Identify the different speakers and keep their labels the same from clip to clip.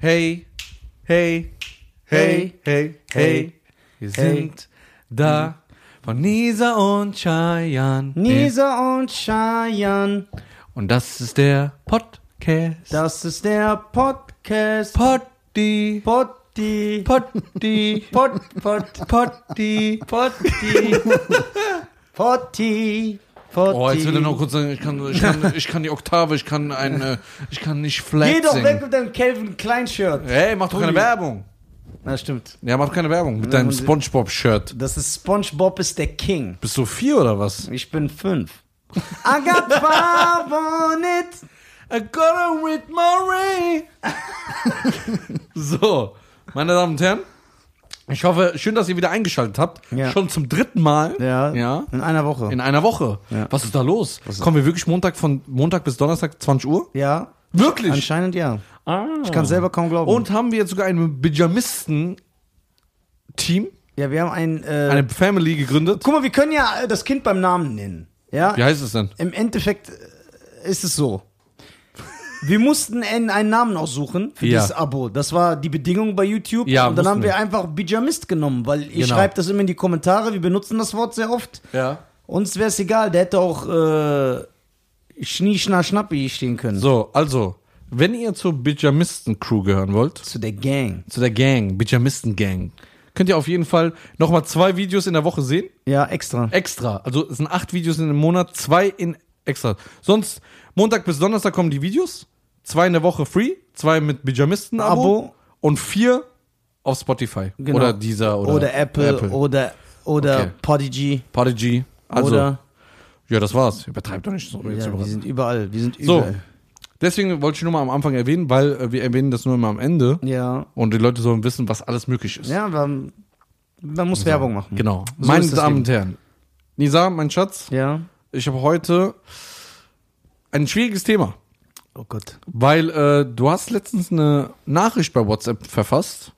Speaker 1: Hey, hey, hey, hey, hey. Wir
Speaker 2: Hey.
Speaker 1: sind da von Nisa und Chayan.
Speaker 2: Nisa und Cheyenne,
Speaker 1: Und das ist der Podcast.
Speaker 2: das ist der Podcast.
Speaker 1: Potti.
Speaker 2: Potti.
Speaker 1: Potti.
Speaker 2: Pot, pot,
Speaker 1: Potti.
Speaker 2: Potti. Potti. Potti.
Speaker 1: Oh, jetzt will er noch kurz sagen, ich kann, ich kann, ich kann die Oktave, ich kann eine, ich kann nicht flat
Speaker 2: Geh doch
Speaker 1: singen.
Speaker 2: weg mit deinem Calvin Klein Shirt.
Speaker 1: Hey, mach doch keine
Speaker 2: Uli.
Speaker 1: Werbung.
Speaker 2: Na stimmt.
Speaker 1: Ja, mach doch keine Werbung. Mit deinem
Speaker 2: und-
Speaker 1: Spongebob-Shirt.
Speaker 2: Das ist SpongeBob ist der King.
Speaker 1: Bist du vier oder was?
Speaker 2: Ich bin fünf. I got five on it.
Speaker 1: I gotta with Murray. so, meine Damen und Herren, ich hoffe, schön, dass ihr wieder eingeschaltet habt.
Speaker 2: Ja.
Speaker 1: Schon zum dritten Mal.
Speaker 2: Ja.
Speaker 1: ja.
Speaker 2: In einer Woche.
Speaker 1: In einer Woche.
Speaker 2: Ja.
Speaker 1: Was ist da los? Kommen wir wirklich Montag von Montag bis Donnerstag 20 Uhr?
Speaker 2: ja.
Speaker 1: Wirklich?
Speaker 2: Anscheinend ja. Ah. Ich kann selber kaum glauben.
Speaker 1: Oh. Und haben wir jetzt sogar ein Pyjamisten-Team,
Speaker 2: ja, wir haben ein. Äh,
Speaker 1: eine Family gegründet?
Speaker 2: Guck mal, wir können ja äh, das Kind beim Namen nennen. Ja?
Speaker 1: Wie heißt es denn?
Speaker 2: Im Endeffekt äh, ist es so. Wir mussten einen, einen Namen aussuchen für
Speaker 1: Ja.
Speaker 2: dieses Abo. Das war die Bedingung bei YouTube.
Speaker 1: Ja,
Speaker 2: und dann haben
Speaker 1: mussten
Speaker 2: wir einfach Bijamist genommen, weil ihr
Speaker 1: Genau.
Speaker 2: schreibt das immer in die Kommentare. Wir benutzen das Wort sehr oft.
Speaker 1: Ja.
Speaker 2: Uns wäre es egal. Der hätte auch äh, Schnie, Schna, Schnappi stehen können.
Speaker 1: So, also, wenn ihr zur Pyjamisten-Crew gehören wollt,
Speaker 2: Zu der Gang.
Speaker 1: zu der Gang, Pyjamisten-Gang, könnt ihr auf jeden Fall nochmal zwei Videos in der Woche sehen.
Speaker 2: Ja, extra.
Speaker 1: Extra. Also, es sind acht Videos in einem Monat, zwei in extra. Sonst, Montag bis Donnerstag kommen die Videos, zwei in der Woche free, zwei mit Pyjamisten-Abo
Speaker 2: Abo.
Speaker 1: und vier auf Spotify.
Speaker 2: Genau.
Speaker 1: Oder dieser oder,
Speaker 2: Oder, Apple, oder, oder
Speaker 1: Okay.
Speaker 2: Podigy.
Speaker 1: Podigy. Also,
Speaker 2: oder.
Speaker 1: ja, das war's. Übertreibt doch nicht so. jetzt
Speaker 2: Ja, wir
Speaker 1: überrascht.
Speaker 2: sind überall. Wir sind
Speaker 1: So,
Speaker 2: überall.
Speaker 1: deswegen wollte ich nur mal am Anfang erwähnen, weil äh, wir erwähnen das nur immer am Ende
Speaker 2: Ja.
Speaker 1: und die Leute sollen wissen, was alles möglich ist.
Speaker 2: Ja, man, man muss Werbung machen.
Speaker 1: Genau.
Speaker 2: So
Speaker 1: Meine
Speaker 2: ist das
Speaker 1: Damen und Herren, Nisa, mein Schatz,
Speaker 2: Ja.
Speaker 1: ich habe heute ein schwieriges Thema,
Speaker 2: Oh Gott.
Speaker 1: weil äh, du hast letztens eine Nachricht bei WhatsApp verfasst,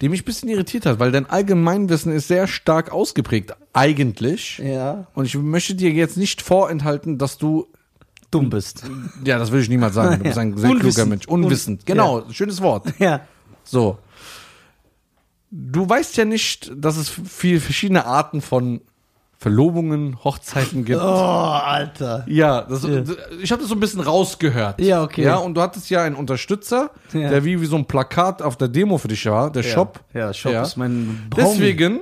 Speaker 1: die mich ein bisschen irritiert hat, weil dein Allgemeinwissen ist sehr stark ausgeprägt eigentlich.
Speaker 2: Ja.
Speaker 1: Und ich möchte dir jetzt nicht vorenthalten, dass du
Speaker 2: Dumm bist.
Speaker 1: Ja, das will ich niemals sagen. Du bist ein sehr kluger
Speaker 2: Unwissend.
Speaker 1: Mensch. Unwissend.
Speaker 2: Un-
Speaker 1: genau, schönes Wort.
Speaker 2: ja.
Speaker 1: So. Du weißt ja nicht, dass es viel verschiedene Arten von Verlobungen, Hochzeiten gibt.
Speaker 2: Oh, Alter.
Speaker 1: Ja, das, ich habe das so ein bisschen rausgehört.
Speaker 2: Ja, okay.
Speaker 1: Ja, und du hattest ja einen Unterstützer,
Speaker 2: Ja.
Speaker 1: der wie, wie so ein Plakat auf der Demo für dich war, der Shop.
Speaker 2: Ja, Shop ist mein Homie.
Speaker 1: Deswegen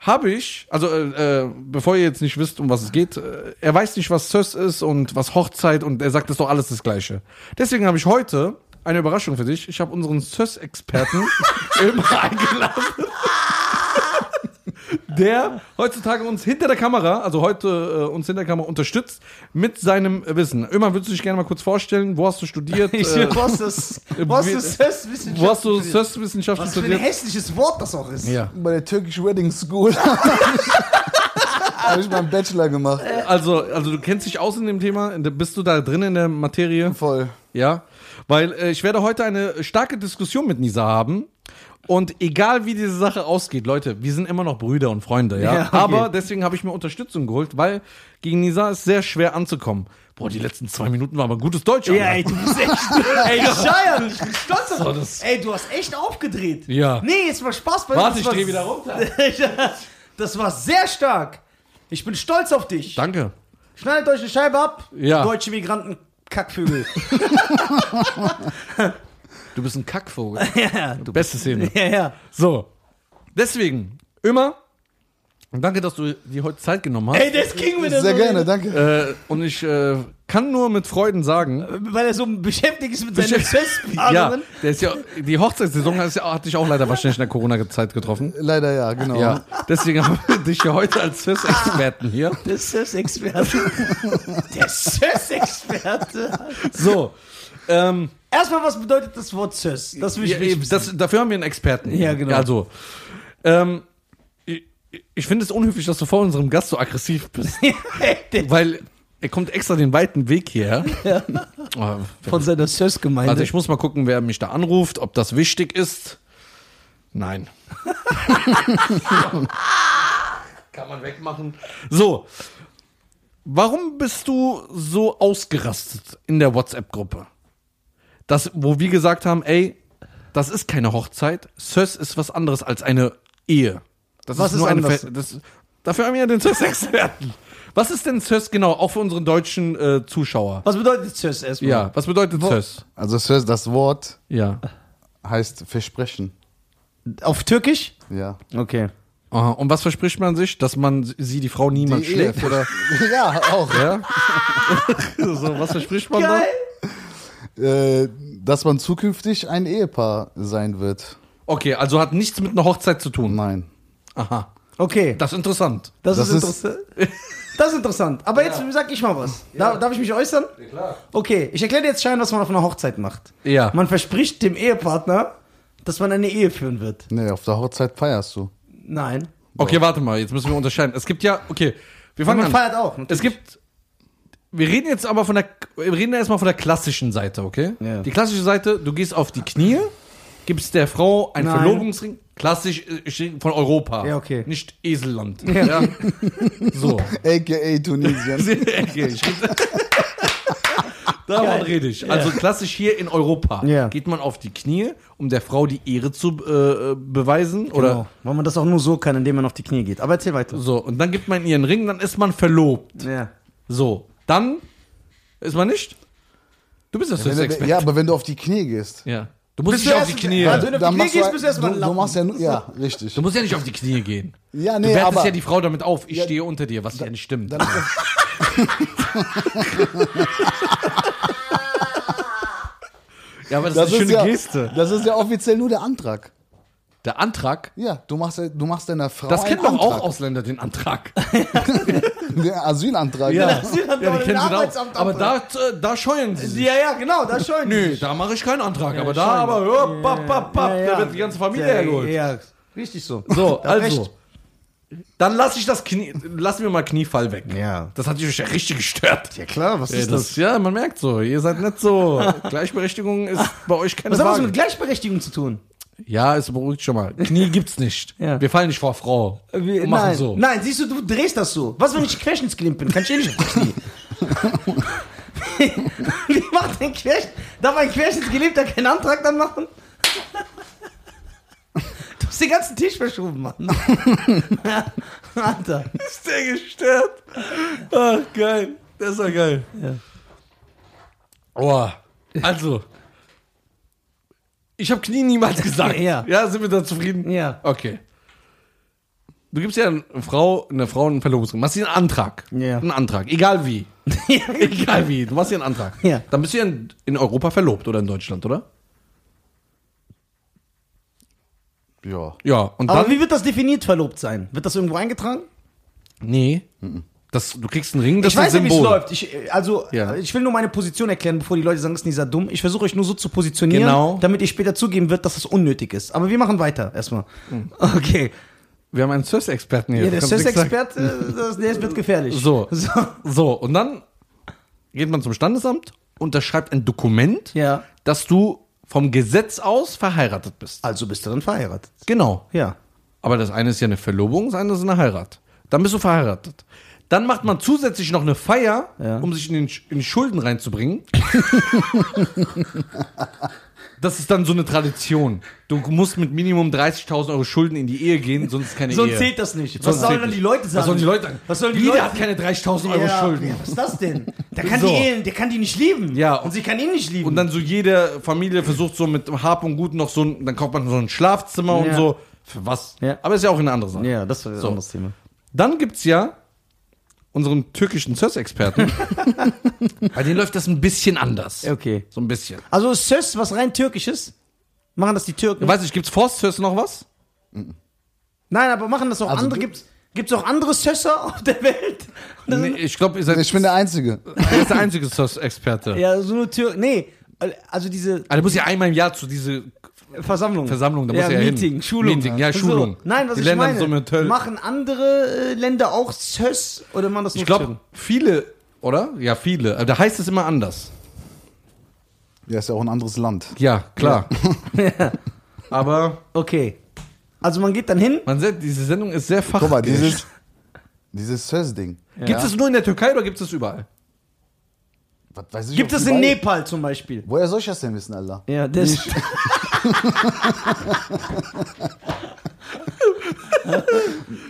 Speaker 1: habe ich, also äh, äh, bevor ihr jetzt nicht wisst, um was es geht, äh, er weiß nicht, was Sös ist und was Hochzeit und er sagt, das ist doch alles das Gleiche. Deswegen habe ich heute eine Überraschung für dich. Ich habe unseren Sös-Experten immer eingeladen. Der heutzutage uns hinter der Kamera, also heute äh, uns hinter der Kamera unterstützt mit seinem Wissen. Immer würdest du dich gerne mal kurz vorstellen, wo hast du studiert?
Speaker 2: Ich,
Speaker 1: äh,
Speaker 2: was ist, was
Speaker 1: wir-
Speaker 2: ist das? Wissenschaft-
Speaker 1: wo hast du Sös-Wissenschaften
Speaker 2: Was für ein
Speaker 1: studiert?
Speaker 2: hässliches Wort das auch ist.
Speaker 1: Ja.
Speaker 3: Bei der Turkish Wedding School habe ich meinen Bachelor gemacht.
Speaker 1: Also, also du kennst dich aus in dem Thema, in der- bist du da drin in der Materie?
Speaker 3: Voll.
Speaker 1: Ja, weil äh, ich werde heute eine starke Diskussion mit Nisa haben. Und egal wie diese Sache ausgeht, Leute, wir sind immer noch Brüder und Freunde, ja.
Speaker 2: Ja, okay.
Speaker 1: Aber deswegen habe ich mir Unterstützung geholt, weil gegen Nisa ist sehr schwer anzukommen. Boah, die letzten zwei Minuten waren aber gutes Deutsch.
Speaker 2: Ja,
Speaker 1: Alter.
Speaker 2: ey, du bist echt. ey, Scheiern, ich bin stolz auf dich. Ey, du hast echt aufgedreht.
Speaker 1: Ja.
Speaker 2: Nee, jetzt war Spaß bei dir.
Speaker 1: Warte,
Speaker 2: Das
Speaker 1: ich
Speaker 2: war-
Speaker 1: drehe wieder runter.
Speaker 2: Das war sehr stark. Ich bin stolz auf dich.
Speaker 1: Danke.
Speaker 2: Schneidet euch eine Scheibe ab.
Speaker 1: Ja.
Speaker 2: Deutsche Migranten, Kackvögel.
Speaker 1: Du bist ein Kackvogel.
Speaker 2: ja,
Speaker 1: Beste Szene.
Speaker 2: ja, ja.
Speaker 1: So. Deswegen, immer, danke, dass du dir heute Zeit genommen hast.
Speaker 2: Ey, das ging mir
Speaker 3: Sehr
Speaker 2: so-
Speaker 3: gerne, danke.
Speaker 1: Äh, und ich äh, kann nur mit Freuden sagen,
Speaker 2: Weil er so beschäftigt ist mit seinen
Speaker 1: Beschäftigt- ja,
Speaker 2: Festplanungen.
Speaker 1: der ist ja, die Hochzeitssaison hat, ja, hat dich auch leider wahrscheinlich in der Corona-Zeit getroffen.
Speaker 3: Leider ja, genau.
Speaker 1: Ja, deswegen haben wir dich ja heute als Swiss-Experten hier.
Speaker 2: Der Surf-Experte. Der Surf-Experte.
Speaker 1: So, ähm,
Speaker 2: Erstmal, was bedeutet das Wort Surf? Das will ich
Speaker 1: ja,
Speaker 2: nicht wissen.
Speaker 1: das, dafür haben wir einen Experten.
Speaker 2: Ja, genau.
Speaker 1: Also, ähm, ich, ich finde es unhöflich, dass du vor unserem Gast so aggressiv bist,
Speaker 2: Ey, der-
Speaker 1: weil er kommt extra den weiten Weg hierher. Oh, Ja.
Speaker 2: Von seiner Surf-Gemeinde.
Speaker 1: Also ich muss mal gucken, wer mich da anruft, ob das wichtig ist. Nein. Kann man wegmachen. So. Warum bist du so ausgerastet in der WhatsApp-Gruppe? Das, wo wir gesagt haben, ey, das ist keine Hochzeit. Sös ist was anderes als eine Ehe. Das
Speaker 2: Was ist
Speaker 1: nur eine
Speaker 2: anders?
Speaker 1: Fe das, Dafür haben wir ja den Sös-Experten. Was ist denn Sös genau, auch für unseren deutschen äh, Zuschauer?
Speaker 2: Was bedeutet Sös erstmal?
Speaker 1: Ja, was bedeutet Sös?
Speaker 3: Also Söz, das Wort
Speaker 1: Ja.
Speaker 3: heißt Versprechen.
Speaker 2: Auf Türkisch?
Speaker 3: Ja.
Speaker 2: Okay.
Speaker 1: Aha, Und was verspricht man sich? Dass man sie, die Frau, niemand
Speaker 3: Die Ehe,
Speaker 1: schlägt?
Speaker 3: oder? ja, auch.
Speaker 1: Ja? so, was verspricht man da?
Speaker 2: Geil.
Speaker 3: Äh, dass man zukünftig ein Ehepaar sein wird.
Speaker 1: Okay, also hat nichts mit einer Hochzeit zu tun.
Speaker 3: Nein.
Speaker 1: Aha.
Speaker 2: Okay,
Speaker 1: Das ist interessant.
Speaker 2: das,
Speaker 3: das
Speaker 2: ist,
Speaker 3: ist-
Speaker 2: interessant. Das ist interessant. Aber jetzt sag ich mal was. Dar- Darf ich mich äußern? Okay, ich erkläre dir jetzt Schein, was man auf einer Hochzeit macht.
Speaker 1: Ja.
Speaker 2: Man verspricht dem Ehepartner, dass man eine Ehe führen wird.
Speaker 3: Nee, auf der Hochzeit feierst du.
Speaker 2: Nein.
Speaker 1: Okay, warte mal, jetzt müssen wir unterscheiden. Es gibt ja, okay, wir
Speaker 2: Und
Speaker 1: fangen an.
Speaker 2: man feiert auch.
Speaker 1: Es gibt. Wir reden jetzt aber von der. Wir reden erstmal von der klassischen Seite, okay?
Speaker 2: Ja.
Speaker 1: Die klassische Seite, du gehst auf die Knie, gibst der Frau einen
Speaker 2: Nein.
Speaker 1: Verlobungsring. Klassisch äh, ich rede von Europa.
Speaker 2: Ja, okay.
Speaker 1: Nicht Eselland.
Speaker 2: Ja.
Speaker 1: So.
Speaker 3: A.k.a. Tunesien.
Speaker 1: Okay, ich rede- Davon rede ich. Also klassisch hier in Europa
Speaker 2: Ja.
Speaker 1: geht man auf die Knie, um der Frau die Ehre zu äh, äh, beweisen. Oder
Speaker 2: Genau. Weil man das auch nur so kann, indem man auf die Knie geht. Aber erzähl weiter.
Speaker 1: so. Und dann gibt man ihren Ring, dann ist man verlobt.
Speaker 2: Ja.
Speaker 1: So, dann ist man nicht. Du bist das ja,
Speaker 3: Wenn du, ja, aber wenn du auf die Knie gehst.
Speaker 1: ja. Du musst
Speaker 2: Bist
Speaker 1: nicht
Speaker 2: du
Speaker 1: auf die
Speaker 2: erst-
Speaker 1: Knie.
Speaker 2: Warte. Wenn du auf die
Speaker 3: dann
Speaker 2: Knie
Speaker 3: machst
Speaker 2: gehst,
Speaker 3: du-
Speaker 2: bist du erstmal
Speaker 3: du,
Speaker 2: ein
Speaker 3: du
Speaker 2: Lappen.
Speaker 3: machst ja nur, ja, richtig.
Speaker 1: Du musst ja nicht auf die Knie gehen.
Speaker 3: Ja,
Speaker 1: du
Speaker 3: nee,
Speaker 1: wertest
Speaker 3: aber
Speaker 1: ja die Frau damit auf. Ich
Speaker 3: Ja,
Speaker 1: stehe unter dir, was ja nicht stimmt.
Speaker 3: dann ist das,
Speaker 1: ja, aber das,
Speaker 3: das
Speaker 1: ist eine
Speaker 3: ist
Speaker 1: schöne
Speaker 3: ja,
Speaker 1: Geste.
Speaker 3: Das ist ja offiziell nur der Antrag.
Speaker 1: Der Antrag,
Speaker 3: Ja, du machst, ja- du machst deiner Frau
Speaker 1: das
Speaker 3: einen
Speaker 1: kennen doch auch
Speaker 3: Antrag.
Speaker 1: Ausländer, den Antrag.
Speaker 3: Der Asylantrag. Ja.
Speaker 2: Ja,
Speaker 1: Ja, die kennen sie da auch. Aber da, äh, da scheuen sie sich.
Speaker 2: Ja, ja, genau, da scheuen die
Speaker 1: Nö,
Speaker 2: sich.
Speaker 1: da mache ich keinen Antrag. aber da,
Speaker 2: scheuen.
Speaker 1: aber, ja, papp, papp, papp,
Speaker 2: Ja,
Speaker 1: da
Speaker 2: ja.
Speaker 1: wird die ganze Familie
Speaker 2: Ja,
Speaker 1: hergeholt.
Speaker 2: Ja, richtig so.
Speaker 1: So,
Speaker 2: Da
Speaker 1: also.
Speaker 2: recht.
Speaker 1: Dann lasse ich das Knie, lassen wir mal Kniefall weg.
Speaker 2: Ja.
Speaker 1: Das hat dich ja richtig gestört.
Speaker 2: Ja, klar, was
Speaker 1: Ey,
Speaker 2: ist
Speaker 1: das,
Speaker 2: das?
Speaker 1: ja, man merkt so, ihr seid nicht so. Gleichberechtigung ist bei euch keine
Speaker 2: Ah. Was hat das mit
Speaker 1: Frage.
Speaker 2: Gleichberechtigung zu tun?
Speaker 1: Ja, es beruhigt schon mal. Knie gibt's nicht.
Speaker 2: Ja.
Speaker 1: Wir fallen nicht vor Frau. und machen
Speaker 2: Äh, nein,
Speaker 1: so.
Speaker 2: nein, siehst du, du drehst das so. Was, wenn ich querschnittsgelähmt bin? Kann ich eh nicht auf die Knie. Wie macht ein Quersch Darf ein Querschnittsgelähmter keinen Antrag dann machen? Du hast den ganzen Tisch verschoben, Mann. Alter.
Speaker 1: Ist der gestört? Ach, geil. Das ist ja geil.
Speaker 2: Ja.
Speaker 1: Boah. Also. Ich habe Knie niemals gesagt.
Speaker 2: Ja.
Speaker 1: ja, sind wir da zufrieden?
Speaker 2: Ja.
Speaker 1: Okay. Du gibst ja eine Frau, eine Frau einen Verlobungsring. Machst ihr einen Antrag.
Speaker 2: Ja.
Speaker 1: Einen Antrag. Egal wie. Egal wie. Du machst ihr einen Antrag.
Speaker 2: Ja.
Speaker 1: Dann bist du ja in, in Europa verlobt oder in Deutschland, oder?
Speaker 3: ja.
Speaker 1: Ja. Und
Speaker 2: Aber
Speaker 1: dann.
Speaker 2: wie wird das definiert, verlobt sein? Wird das irgendwo eingetragen?
Speaker 1: Nee. Das, du kriegst einen Ring, das
Speaker 2: Ich
Speaker 1: ist ein
Speaker 2: weiß ja, wie es
Speaker 1: Symbol.
Speaker 2: läuft. Ich, äh, also,
Speaker 1: Ja.
Speaker 2: äh, ich will nur meine Position erklären, bevor die Leute sagen, ist Nisa dumm. Ich versuche euch nur so zu positionieren,
Speaker 1: Genau.
Speaker 2: damit ihr später zugeben wird, dass das unnötig ist. Aber wir machen weiter erstmal.
Speaker 1: Hm.
Speaker 2: Okay.
Speaker 1: Wir haben einen Cis-Experten hier.
Speaker 2: Ja, der
Speaker 1: Du kannst nichts sagen.
Speaker 2: Sys-Experte, äh, das- der wird gefährlich.
Speaker 1: So.
Speaker 2: so.
Speaker 1: So, und dann geht man zum Standesamt, unterschreibt ein Dokument,
Speaker 2: Ja.
Speaker 1: dass du vom Gesetz aus verheiratet bist.
Speaker 2: Also bist du dann verheiratet.
Speaker 1: Genau.
Speaker 2: Ja.
Speaker 1: Aber das eine ist ja eine Verlobung, das andere ist eine Heirat. Dann bist du verheiratet. Dann macht man zusätzlich noch eine Feier,
Speaker 2: Ja.
Speaker 1: um sich in, den, Sch- in Schulden reinzubringen. das ist dann so eine Tradition. Du musst mit Minimum 30.000 Euro Schulden in die Ehe gehen, sonst ist keine
Speaker 2: Sonst
Speaker 1: Ehe.
Speaker 2: zählt das nicht.
Speaker 1: Sonst
Speaker 2: Was sollen
Speaker 1: zählt
Speaker 2: dann die
Speaker 1: nicht.
Speaker 2: Leute sagen?
Speaker 1: Was sollen die Leute sagen?
Speaker 2: Was sollen die
Speaker 1: Jeder
Speaker 2: Leute
Speaker 1: hat keine 30.000 Euro
Speaker 2: ja,
Speaker 1: Schulden.
Speaker 2: ja, was ist das denn? Der kann,
Speaker 1: So.
Speaker 2: die Ehe, der kann die nicht lieben.
Speaker 1: Ja.
Speaker 2: Und sie kann ihn nicht lieben.
Speaker 1: Und dann so jede Familie versucht so mit Hab und Gut noch so, ein- dann kauft man so ein Schlafzimmer und
Speaker 2: Ja.
Speaker 1: so. Für was?
Speaker 2: Ja.
Speaker 1: Aber ist ja auch eine andere Sache.
Speaker 2: ja, das war ein
Speaker 1: So.
Speaker 2: anderes Thema.
Speaker 1: Dann gibt's ja unseren türkischen Zöss-Experten. Bei denen läuft das ein bisschen anders.
Speaker 2: Okay.
Speaker 1: So ein bisschen.
Speaker 2: Also Sös, was rein türkisch ist, machen das die Türken.
Speaker 1: Weiß nicht, gibt's Forstzöss noch was?
Speaker 2: Nein, aber machen das auch
Speaker 3: Also
Speaker 2: andere?
Speaker 3: du-
Speaker 2: Gibt's, gibt's auch andere Sösser auf der Welt? Und das
Speaker 1: Nee,
Speaker 2: sind-
Speaker 1: ich glaube, ihr seid
Speaker 3: Ich bin der Einzige.
Speaker 1: ihr seid der einzige Zöss-Experte.
Speaker 2: Ja, so nur Tür. Nee, also diese
Speaker 1: Also, du musst ja einmal im Jahr zu diese
Speaker 2: Versammlung.
Speaker 1: Versammlung, da muss ja hin.
Speaker 2: Meeting, Schulung. Also
Speaker 1: Meeting, ja, Schulung.
Speaker 2: So. Nein, was
Speaker 1: Die
Speaker 2: ich
Speaker 1: Länder
Speaker 2: meine,
Speaker 1: so mit Höl-
Speaker 2: machen andere äh, Länder auch Sös oder machen das nur
Speaker 1: Ich glaube,
Speaker 2: Türken?
Speaker 1: viele, oder? Ja, viele. Aber da heißt es immer anders.
Speaker 3: Ja, ist ja auch ein anderes Land.
Speaker 1: Ja, klar. Aber
Speaker 2: Okay. Also man geht dann hin.
Speaker 1: man sieht, diese Sendung ist sehr fach.
Speaker 3: Guck mal, dieses, dieses Söz-Ding.
Speaker 1: Gibt es nur in der Türkei oder gibt es überall?
Speaker 3: Was weiß ich,
Speaker 2: Gibt
Speaker 3: ob
Speaker 2: es
Speaker 3: die
Speaker 2: in
Speaker 3: beide-
Speaker 2: Nepal zum Beispiel?
Speaker 3: Woher soll ich das denn wissen, Alter?
Speaker 2: Ja, das.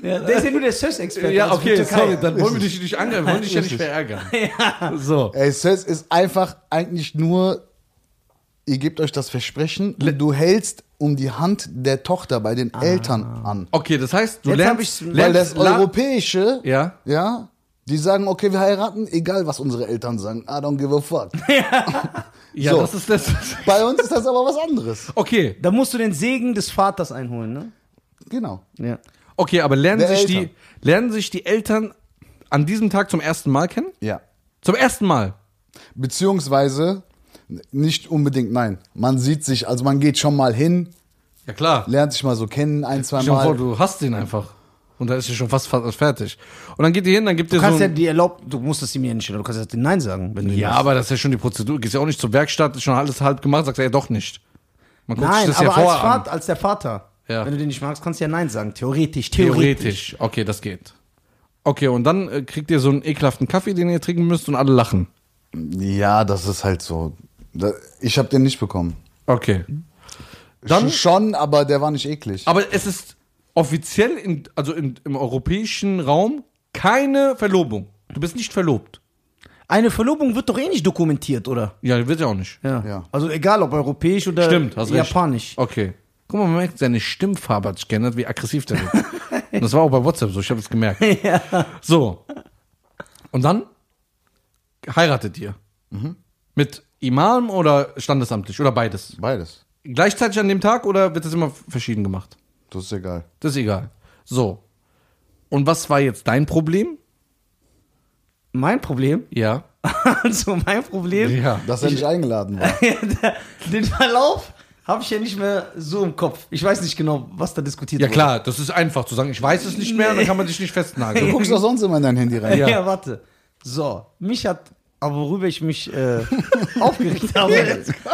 Speaker 2: Der ist ja nur der Sös-Experte.
Speaker 1: Ja,
Speaker 2: also für
Speaker 1: okay,
Speaker 2: Türkei.
Speaker 1: sorry, dann wollen wir dich nicht angreifen, wollen dich ja nicht
Speaker 3: Richtig.
Speaker 1: verärgern.
Speaker 2: Ja.
Speaker 1: So.
Speaker 3: Ey, Söz ist einfach eigentlich nur, ihr gebt euch das Versprechen und du hältst um die Hand der Tochter bei den Eltern an.
Speaker 1: Okay, das heißt, du
Speaker 2: Jetzt hab
Speaker 1: lernst,
Speaker 2: ich's- weil
Speaker 3: Weil
Speaker 1: lernst
Speaker 3: das
Speaker 1: Ah. la-
Speaker 3: Europäische,
Speaker 1: Ja.
Speaker 3: ja, die sagen, okay, wir heiraten, egal was unsere Eltern sagen. I don't give a fuck.
Speaker 1: Ja,
Speaker 3: So.
Speaker 1: das ist das.
Speaker 3: bei uns ist das aber was anderes.
Speaker 1: Okay,
Speaker 2: Da musst du den Segen des Vaters einholen, ne?
Speaker 3: Genau.
Speaker 2: Ja.
Speaker 1: okay, aber lernen
Speaker 3: Der
Speaker 1: sich die
Speaker 3: Eltern.
Speaker 1: lernen sich die Eltern an diesem Tag zum ersten Mal kennen?
Speaker 3: Ja.
Speaker 1: Zum ersten Mal.
Speaker 3: Beziehungsweise, nicht unbedingt, nein. Man sieht sich, also man geht schon mal hin,
Speaker 1: Ja klar.
Speaker 3: lernt sich mal so kennen, ein, zwei
Speaker 1: Stell dir vor,
Speaker 3: Mal.
Speaker 1: du hast den einfach und da ist er schon fast, fast fertig. Und dann geht ihr hin, dann gibt ihr
Speaker 2: Du
Speaker 1: so
Speaker 2: kannst ja
Speaker 1: ein,
Speaker 2: die erlaubt, du musst es ihm ja nicht, du kannst ja den Nein sagen, wenn du ihn
Speaker 1: ja,
Speaker 2: hast.
Speaker 1: aber das ist ja schon die Prozedur. Gehst ja auch nicht zur Werkstatt, ist schon alles halb gemacht, sagst ja doch nicht. Man guckt sich
Speaker 2: Nein,
Speaker 1: das
Speaker 2: aber
Speaker 1: ja
Speaker 2: als,
Speaker 1: vorher an.
Speaker 2: Vater, als der Vater.
Speaker 1: Ja.
Speaker 2: Wenn du den nicht magst, kannst du ja Nein sagen. Theoretisch, theoretisch.
Speaker 1: Theoretisch. Okay, das geht. Okay, und dann äh, kriegt ihr so einen ekelhaften Kaffee, den ihr trinken müsst und alle lachen.
Speaker 3: Ja, das ist halt so. Da- Ich habe den nicht bekommen.
Speaker 1: Okay.
Speaker 3: Dann schon, aber der war nicht eklig.
Speaker 1: Aber es ist offiziell, in, also in, im europäischen Raum, keine Verlobung. Du bist nicht verlobt.
Speaker 2: Eine Verlobung wird doch eh nicht dokumentiert, oder?
Speaker 1: Ja, wird ja auch nicht.
Speaker 3: Ja.
Speaker 2: Also egal, ob europäisch oder
Speaker 1: Stimmt, hast recht.
Speaker 2: japanisch.
Speaker 1: Okay. Guck mal, man merkt, seine Stimmfarbe hat sich geändert, wie aggressiv der wird. Und das war auch bei WhatsApp so, ich habe es gemerkt. So. Und dann heiratet ihr.
Speaker 2: Mhm.
Speaker 1: Mit Imam oder standesamtlich oder beides?
Speaker 3: Beides.
Speaker 1: Gleichzeitig an dem Tag oder wird das immer verschieden gemacht?
Speaker 3: Das ist egal.
Speaker 1: Das ist egal. So. Und was war jetzt dein Problem?
Speaker 2: Mein Problem,
Speaker 1: Ja.
Speaker 2: also mein Problem,
Speaker 1: Ja.
Speaker 3: Dass er nicht eingeladen war.
Speaker 2: den Verlauf habe ich ja nicht mehr so im Kopf. Ich weiß nicht genau, was da diskutiert
Speaker 1: Ja
Speaker 2: wurde.
Speaker 1: klar, das ist einfach zu sagen, ich weiß es nicht mehr, dann kann man sich nicht
Speaker 3: Du
Speaker 1: festnageln.
Speaker 3: guckst doch sonst immer in dein Handy rein.
Speaker 2: Ja.
Speaker 1: Ja.
Speaker 2: warte. So, mich hat, aber worüber ich mich äh, aufgeregt habe,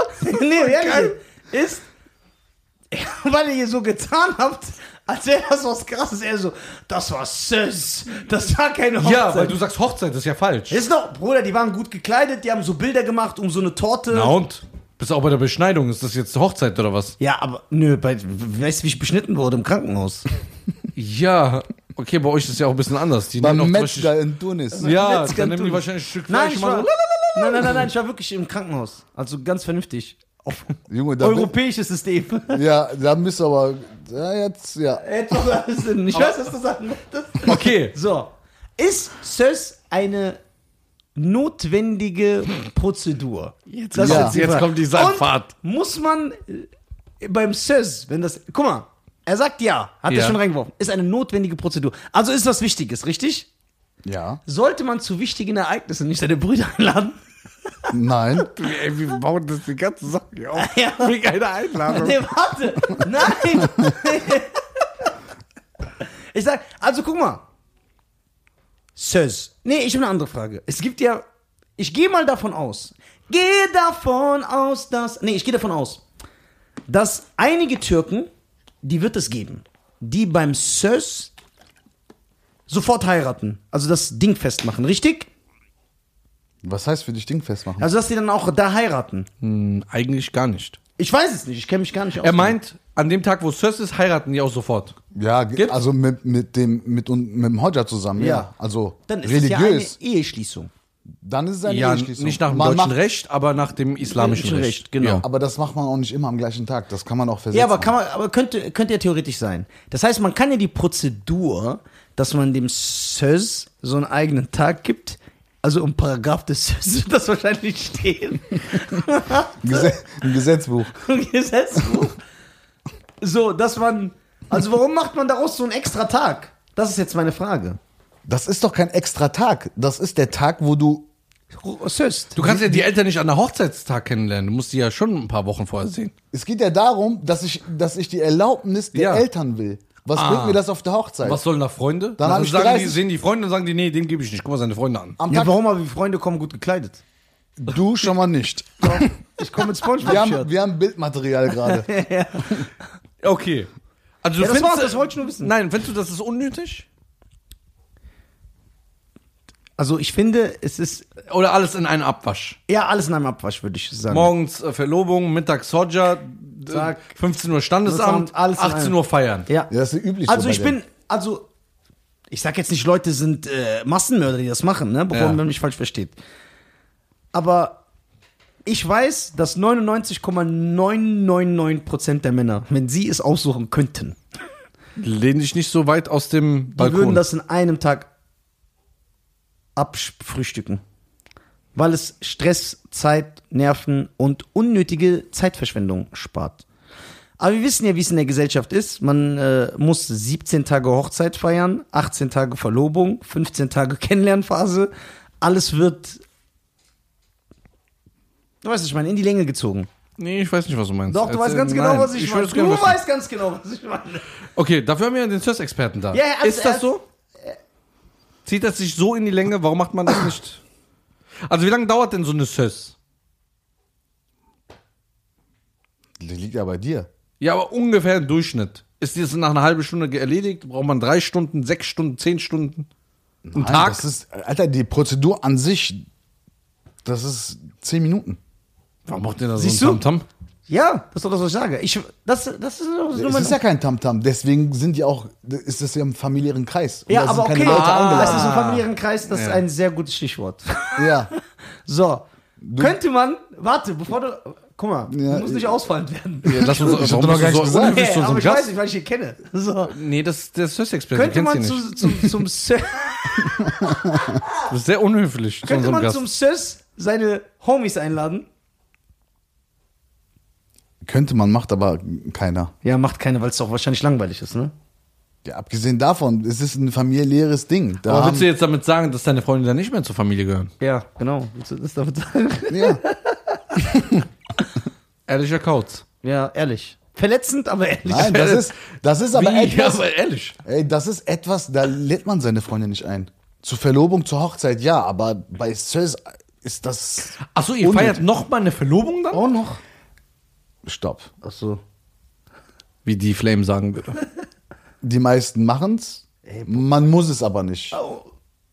Speaker 2: nee, ehrlich, ist, weil ihr hier so getan habt, als wäre das was krasses. Er so, das war süß, das war keine Hochzeit.
Speaker 1: Ja, weil du sagst Hochzeit, das ist ja falsch.
Speaker 2: ist noch, Bruder, die waren gut gekleidet, die haben so Bilder gemacht um so eine Torte.
Speaker 1: Na und? Bist du auch bei der Beschneidung? Ist das jetzt Hochzeit oder was?
Speaker 2: Ja, aber nö, bei, weißt du, wie ich beschnitten wurde im Krankenhaus?
Speaker 1: Ja, okay, bei euch ist es ja auch ein bisschen anders. Die
Speaker 3: Beim
Speaker 1: nehmen auch zum
Speaker 3: Metzger in Tunis.
Speaker 1: Beispiel- Ja,
Speaker 2: Metzger
Speaker 1: dann nehmen die
Speaker 2: tun.
Speaker 1: wahrscheinlich ein Stück
Speaker 2: Nein,
Speaker 1: Fleisch.
Speaker 2: ich
Speaker 1: machen
Speaker 2: war,
Speaker 1: so-
Speaker 2: nein, nein, nein, nein, ich war wirklich im Krankenhaus. Also ganz vernünftig. Auf
Speaker 3: Junge, da,
Speaker 2: europäisches System.
Speaker 3: ja, da müsst ihr aber. Ja, jetzt, ja.
Speaker 2: Etwas alles in. Ich weiß, was du sagen wolltest.
Speaker 1: Okay,
Speaker 2: So. Ist SÖS eine notwendige Prozedur? Jetzt, das ist
Speaker 3: Ja.
Speaker 2: die
Speaker 1: jetzt
Speaker 2: Frage.
Speaker 1: kommt die Seilfahrt.
Speaker 2: Und muss man äh, beim SÖS, wenn das. Guck mal, er sagt ja, hat er
Speaker 1: Ja.
Speaker 2: schon reingeworfen. Ist eine notwendige Prozedur. Also ist was Wichtiges, richtig?
Speaker 3: Ja.
Speaker 2: Sollte man zu wichtigen Ereignissen nicht seine Brüder einladen?
Speaker 3: Nein.
Speaker 1: Ey, wir bauen das die ganze Sache auf.
Speaker 2: Ja.
Speaker 1: Wegen einer Einladung.
Speaker 2: Nee, warte. Nein. ich sag, also guck mal. Söz. Nee, ich habe eine andere Frage. Es gibt ja, ich gehe mal davon aus. Gehe davon aus, dass, nee, ich gehe davon aus, dass einige Türken, die wird es geben, die beim Söz sofort heiraten. Also das Ding festmachen, richtig?
Speaker 3: Was heißt für dich Ding festmachen?
Speaker 2: Also dass die dann auch da heiraten.
Speaker 1: Hm, eigentlich gar nicht.
Speaker 2: Ich weiß es nicht, ich kenne mich gar nicht aus.
Speaker 1: Er meint, an dem Tag, wo Sös ist, heiraten die auch sofort.
Speaker 3: Ja, ge-
Speaker 1: Gibt's?
Speaker 3: also mit, mit dem mit, und- mit dem Hodja zusammen, ja.
Speaker 2: Ja.
Speaker 3: Also
Speaker 2: dann ist
Speaker 3: religiös.
Speaker 2: es ja eine Eheschließung.
Speaker 3: dann ist es eine
Speaker 1: Ja,
Speaker 3: Eheschließung.
Speaker 1: nicht nach dem
Speaker 3: Man
Speaker 1: deutschen
Speaker 3: macht-
Speaker 1: Recht, aber nach dem islamischen
Speaker 2: Recht,
Speaker 1: Recht.
Speaker 2: genau.
Speaker 1: Ja.
Speaker 3: Aber das macht man auch nicht immer am gleichen Tag. Das kann man auch versetzen.
Speaker 2: Ja, aber, kann man, aber könnte, könnte ja theoretisch sein. Das heißt, man kann ja die Prozedur, dass man dem Söz so einen eigenen Tag gibt, also im Paragraph des Söz wird das wahrscheinlich stehen,
Speaker 3: Gese Im Gesetzbuch.
Speaker 2: im Gesetzbuch. So, dass man, also warum macht man daraus so einen extra Tag? Das ist jetzt meine Frage.
Speaker 3: Das ist doch kein extra Tag. Das ist der Tag, wo du.
Speaker 2: Söz.
Speaker 1: Du kannst ja die Eltern nicht an der Hochzeitstag kennenlernen. Du musst die ja schon ein paar Wochen vorher sehen.
Speaker 3: Es geht ja darum, dass ich, dass ich die Erlaubnis der
Speaker 1: Ja. Ah.
Speaker 3: Eltern will. Was bringt mir das auf der Hochzeit?
Speaker 1: Was sollen da Freunde?
Speaker 3: Dann hab ich
Speaker 1: sagen die,
Speaker 3: 30.
Speaker 1: sehen die Freunde und sagen die, nee, den gebe ich nicht. Guck mal seine Freunde an.
Speaker 3: Am
Speaker 2: Ja,
Speaker 3: Tag
Speaker 2: warum aber die Freunde kommen gut gekleidet?
Speaker 3: du schon mal nicht.
Speaker 2: Ich komme mit
Speaker 3: Wir haben,
Speaker 2: Spongebob-Shirt.
Speaker 3: wir haben Bildmaterial gerade.
Speaker 1: Okay. Also du
Speaker 2: Ja, das
Speaker 1: findest,
Speaker 2: war's, das wollte ich nur wissen.
Speaker 1: Nein, findest du, das ist unnötig?
Speaker 2: Also ich finde, es ist
Speaker 1: Oder alles in einen Abwasch?
Speaker 2: eher alles in einem Abwasch, würde ich sagen.
Speaker 1: Morgens äh, Verlobung, mittags Hodja, äh, 15 Uhr Standesamt,
Speaker 2: Standesamt, alles in
Speaker 1: 18
Speaker 2: einem.
Speaker 1: Uhr feiern.
Speaker 2: Ja.
Speaker 3: Ja, das ist üblich. so
Speaker 2: Also
Speaker 3: bei
Speaker 2: ich
Speaker 3: denen.
Speaker 2: bin, also ich sag jetzt nicht, Leute sind äh, Massenmörder, die das machen, ne? bevor
Speaker 1: Ja.
Speaker 2: man mich falsch versteht. Aber ich weiß, dass 99,999% der Männer, wenn sie es aussuchen könnten,
Speaker 1: Lehn dich nicht so weit aus dem
Speaker 2: die würden
Speaker 1: Balkon.
Speaker 2: das in einem Tag abfrühstücken. Weil es Stress, Zeit, Nerven und unnötige Zeitverschwendung spart. Aber wir wissen ja, wie es in der Gesellschaft ist. Man äh, muss 17 Tage Hochzeit feiern, 18 Tage Verlobung, 15 Tage Kennenlernphase. Alles wird, du weißt, was ich meine, in die Länge gezogen.
Speaker 1: nee, ich weiß nicht, was du meinst.
Speaker 2: Doch, du weißt
Speaker 1: Erzähl-
Speaker 2: ganz genau,
Speaker 1: Nein,
Speaker 2: was ich, meine.
Speaker 1: weiß gar
Speaker 2: Du
Speaker 1: nicht, was
Speaker 2: weißt ganz genau, was ich meine.
Speaker 1: Okay, dafür haben wir ja den Test-Experten da.
Speaker 2: Ja, also ja, alles-
Speaker 1: ist das so? Zieht das sich so in die Länge? Warum macht man das nicht? Also wie lange dauert denn so eine Sös?
Speaker 3: Das liegt ja bei dir.
Speaker 1: Ja, aber ungefähr im Durchschnitt. Ist das nach einer halben Stunde erledigt? Braucht man drei Stunden, sechs Stunden, zehn Stunden? Einen
Speaker 3: Nein,
Speaker 1: Tag?
Speaker 3: Das ist, Alter, die Prozedur an sich, das ist 10 Minuten.
Speaker 1: Warum macht ihr das
Speaker 2: Siehst
Speaker 1: so
Speaker 2: du?
Speaker 1: ein Tamtam?
Speaker 2: Ja, das ist doch das, was ich sage. Ich, das, das ist doch
Speaker 3: Es ist ja kein Tamtam, deswegen sind die auch, ist das ja im familiären Kreis. Und
Speaker 2: Ja,
Speaker 3: da sind
Speaker 2: aber okay.
Speaker 3: keine Leute
Speaker 1: Ah,
Speaker 2: das ist
Speaker 3: eingeladen.
Speaker 2: im familiären Kreis, das ist
Speaker 1: Ja.
Speaker 2: ein sehr gutes Stichwort.
Speaker 3: Ja,
Speaker 2: So, könnte man, warte, bevor du, guck mal,
Speaker 3: Ja,
Speaker 2: du musst nicht
Speaker 3: ja.
Speaker 2: ausfallend werden.
Speaker 1: Lass uns,
Speaker 3: Ich hab
Speaker 1: warum
Speaker 3: doch noch
Speaker 1: bist
Speaker 3: gar
Speaker 1: du
Speaker 3: nichts
Speaker 1: so
Speaker 3: gesagt.
Speaker 1: unhöflich zu
Speaker 2: aber
Speaker 1: unserem
Speaker 2: ich weiß
Speaker 1: Gast?
Speaker 2: nicht, weil ich ihn kenne. So.
Speaker 1: Nee, das ist der Sös-Experte.
Speaker 2: Könnte
Speaker 1: Du kennst
Speaker 2: man
Speaker 1: ihn nicht.
Speaker 2: zu, zum, zum, Sö-
Speaker 1: Du bist sehr unhöflich zu
Speaker 2: könnte
Speaker 1: unserem
Speaker 2: man
Speaker 1: Gast.
Speaker 2: zum Sös seine Homies einladen?
Speaker 3: könnte man, macht aber keiner.
Speaker 2: Ja, macht keine, weil es doch wahrscheinlich langweilig ist, ne?
Speaker 3: Ja, abgesehen davon, es ist ein familiäres Ding. Da
Speaker 1: aber
Speaker 3: haben,
Speaker 1: willst du jetzt damit sagen, dass deine Freunde dann nicht mehr zur Familie gehören?
Speaker 2: Ja, genau. Willst du das damit sagen?
Speaker 3: ja,
Speaker 1: Ehrlicher Kauz.
Speaker 2: Ja, ehrlich. Verletzend, aber ehrlich.
Speaker 3: nein, das ist, das ist aber
Speaker 1: Wie? Ja,
Speaker 3: etwas,
Speaker 1: aber ehrlich.
Speaker 3: ey, das ist etwas, da lädt man seine Freunde nicht ein. Zur Verlobung, zur Hochzeit, ja, aber bei Sös ist das
Speaker 1: Achso, ihr
Speaker 3: Unnötig.
Speaker 1: feiert nochmal eine Verlobung dann?
Speaker 3: auch noch. Stopp.
Speaker 2: Ach so.
Speaker 1: Wie die Flame sagen würde.
Speaker 3: Die meisten machen's. Man muss es aber nicht.
Speaker 2: Oh.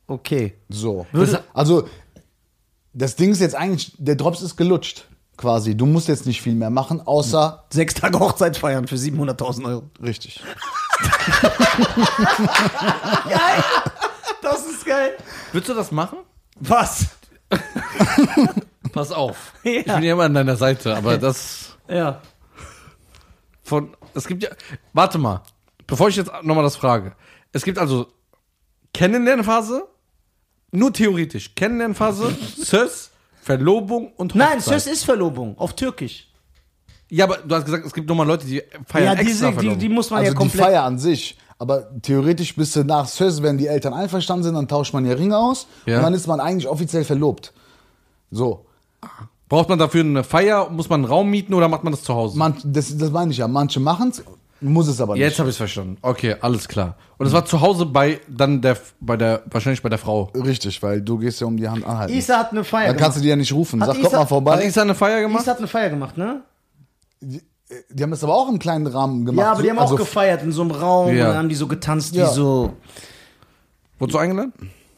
Speaker 2: Okay.
Speaker 3: So. Also, das Ding ist jetzt eigentlich, der Drops ist gelutscht, quasi. Du musst jetzt nicht viel mehr machen, außer.
Speaker 2: Sechs Tage Hochzeit feiern für 700.000 Euro.
Speaker 3: Richtig.
Speaker 2: Geil! Das ist geil.
Speaker 1: Würdest du das machen?
Speaker 2: Was?
Speaker 1: Pass auf.
Speaker 2: Ja.
Speaker 1: Ich bin ja immer an deiner Seite, aber das
Speaker 2: Ja.
Speaker 1: von. Es gibt ja. Warte mal, bevor ich jetzt nochmal das frage. Es gibt also Kennenlernphase, nur theoretisch. Kennenlernphase, Sös, Verlobung und Hochzeit.
Speaker 2: Nein, Sös ist Verlobung, auf Türkisch.
Speaker 1: Ja, aber du hast gesagt, es gibt nochmal Leute, die feiern
Speaker 2: ja,
Speaker 1: extra
Speaker 2: diese, die,
Speaker 1: Verlobung.
Speaker 2: die muss man
Speaker 3: Also
Speaker 2: ja
Speaker 3: die
Speaker 2: komplett.
Speaker 3: Feier an sich. Aber theoretisch bist du nach Sös, wenn die Eltern einverstanden sind, dann tauscht man ja Ringe aus
Speaker 1: Ja.
Speaker 3: und dann ist man eigentlich offiziell verlobt. So.
Speaker 1: Braucht man dafür eine Feier? Muss man einen Raum mieten oder macht man das zu Hause?
Speaker 3: Man, das, das meine ich ja. Manche machen's, muss es aber nicht.
Speaker 1: Jetzt habe ich es verstanden. Okay, alles klar. Und es war zu Hause bei dann der bei der wahrscheinlich bei der Frau.
Speaker 3: Richtig, weil du gehst ja um die Hand anhalten.
Speaker 2: Isa hat eine Feier
Speaker 3: dann kannst du
Speaker 2: gemacht.
Speaker 3: die ja nicht rufen.
Speaker 2: Hat
Speaker 3: Sag,
Speaker 2: Isa-
Speaker 3: komm mal
Speaker 1: Hat
Speaker 3: vorbei.
Speaker 1: Isa eine Feier gemacht?
Speaker 2: Isa hat eine Feier gemacht, ne?
Speaker 3: Die haben das aber auch im kleinen Rahmen gemacht.
Speaker 2: Ja, aber die haben
Speaker 3: also
Speaker 2: auch gefeiert in so einem Raum
Speaker 1: Ja.
Speaker 2: und dann haben die so getanzt,
Speaker 3: Ja.
Speaker 2: wie so.
Speaker 1: Wurdest du eingeladen?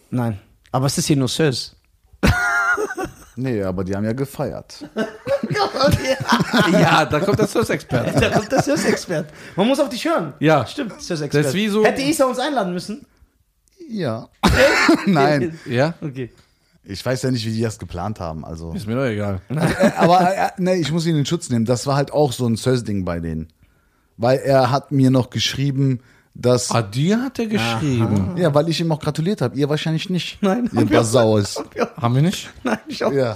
Speaker 2: Nein. Aber es ist hier nur Sös.
Speaker 3: Nee, aber die haben ja gefeiert.
Speaker 1: ja, da kommt der Surf-Experte.
Speaker 2: Da kommt der Sös-Expert. Man muss auf dich hören.
Speaker 1: Ja.
Speaker 2: Stimmt,
Speaker 1: Das
Speaker 2: Sös-Expert.
Speaker 1: ist wie so-
Speaker 2: Hätte Isa uns einladen müssen?
Speaker 3: Ja. Nein,
Speaker 1: Ja?
Speaker 2: Okay.
Speaker 3: ich weiß ja nicht, wie die das geplant haben. Also,
Speaker 1: Ist mir doch egal.
Speaker 3: Äh, aber äh, nee, ich muss ihn in Schutz nehmen. Das war halt auch so ein Sös-Ding bei denen, weil er hat mir noch geschrieben, dass
Speaker 1: Ah, dir hat er geschrieben.
Speaker 3: ja, weil ich ihm auch gratuliert habe. Ihr wahrscheinlich nicht.
Speaker 2: Nein,
Speaker 3: ihr
Speaker 2: haben wir-
Speaker 3: Basaues.
Speaker 1: Haben wir nicht?
Speaker 2: Nein, ich auch. Ja,
Speaker 3: Ja.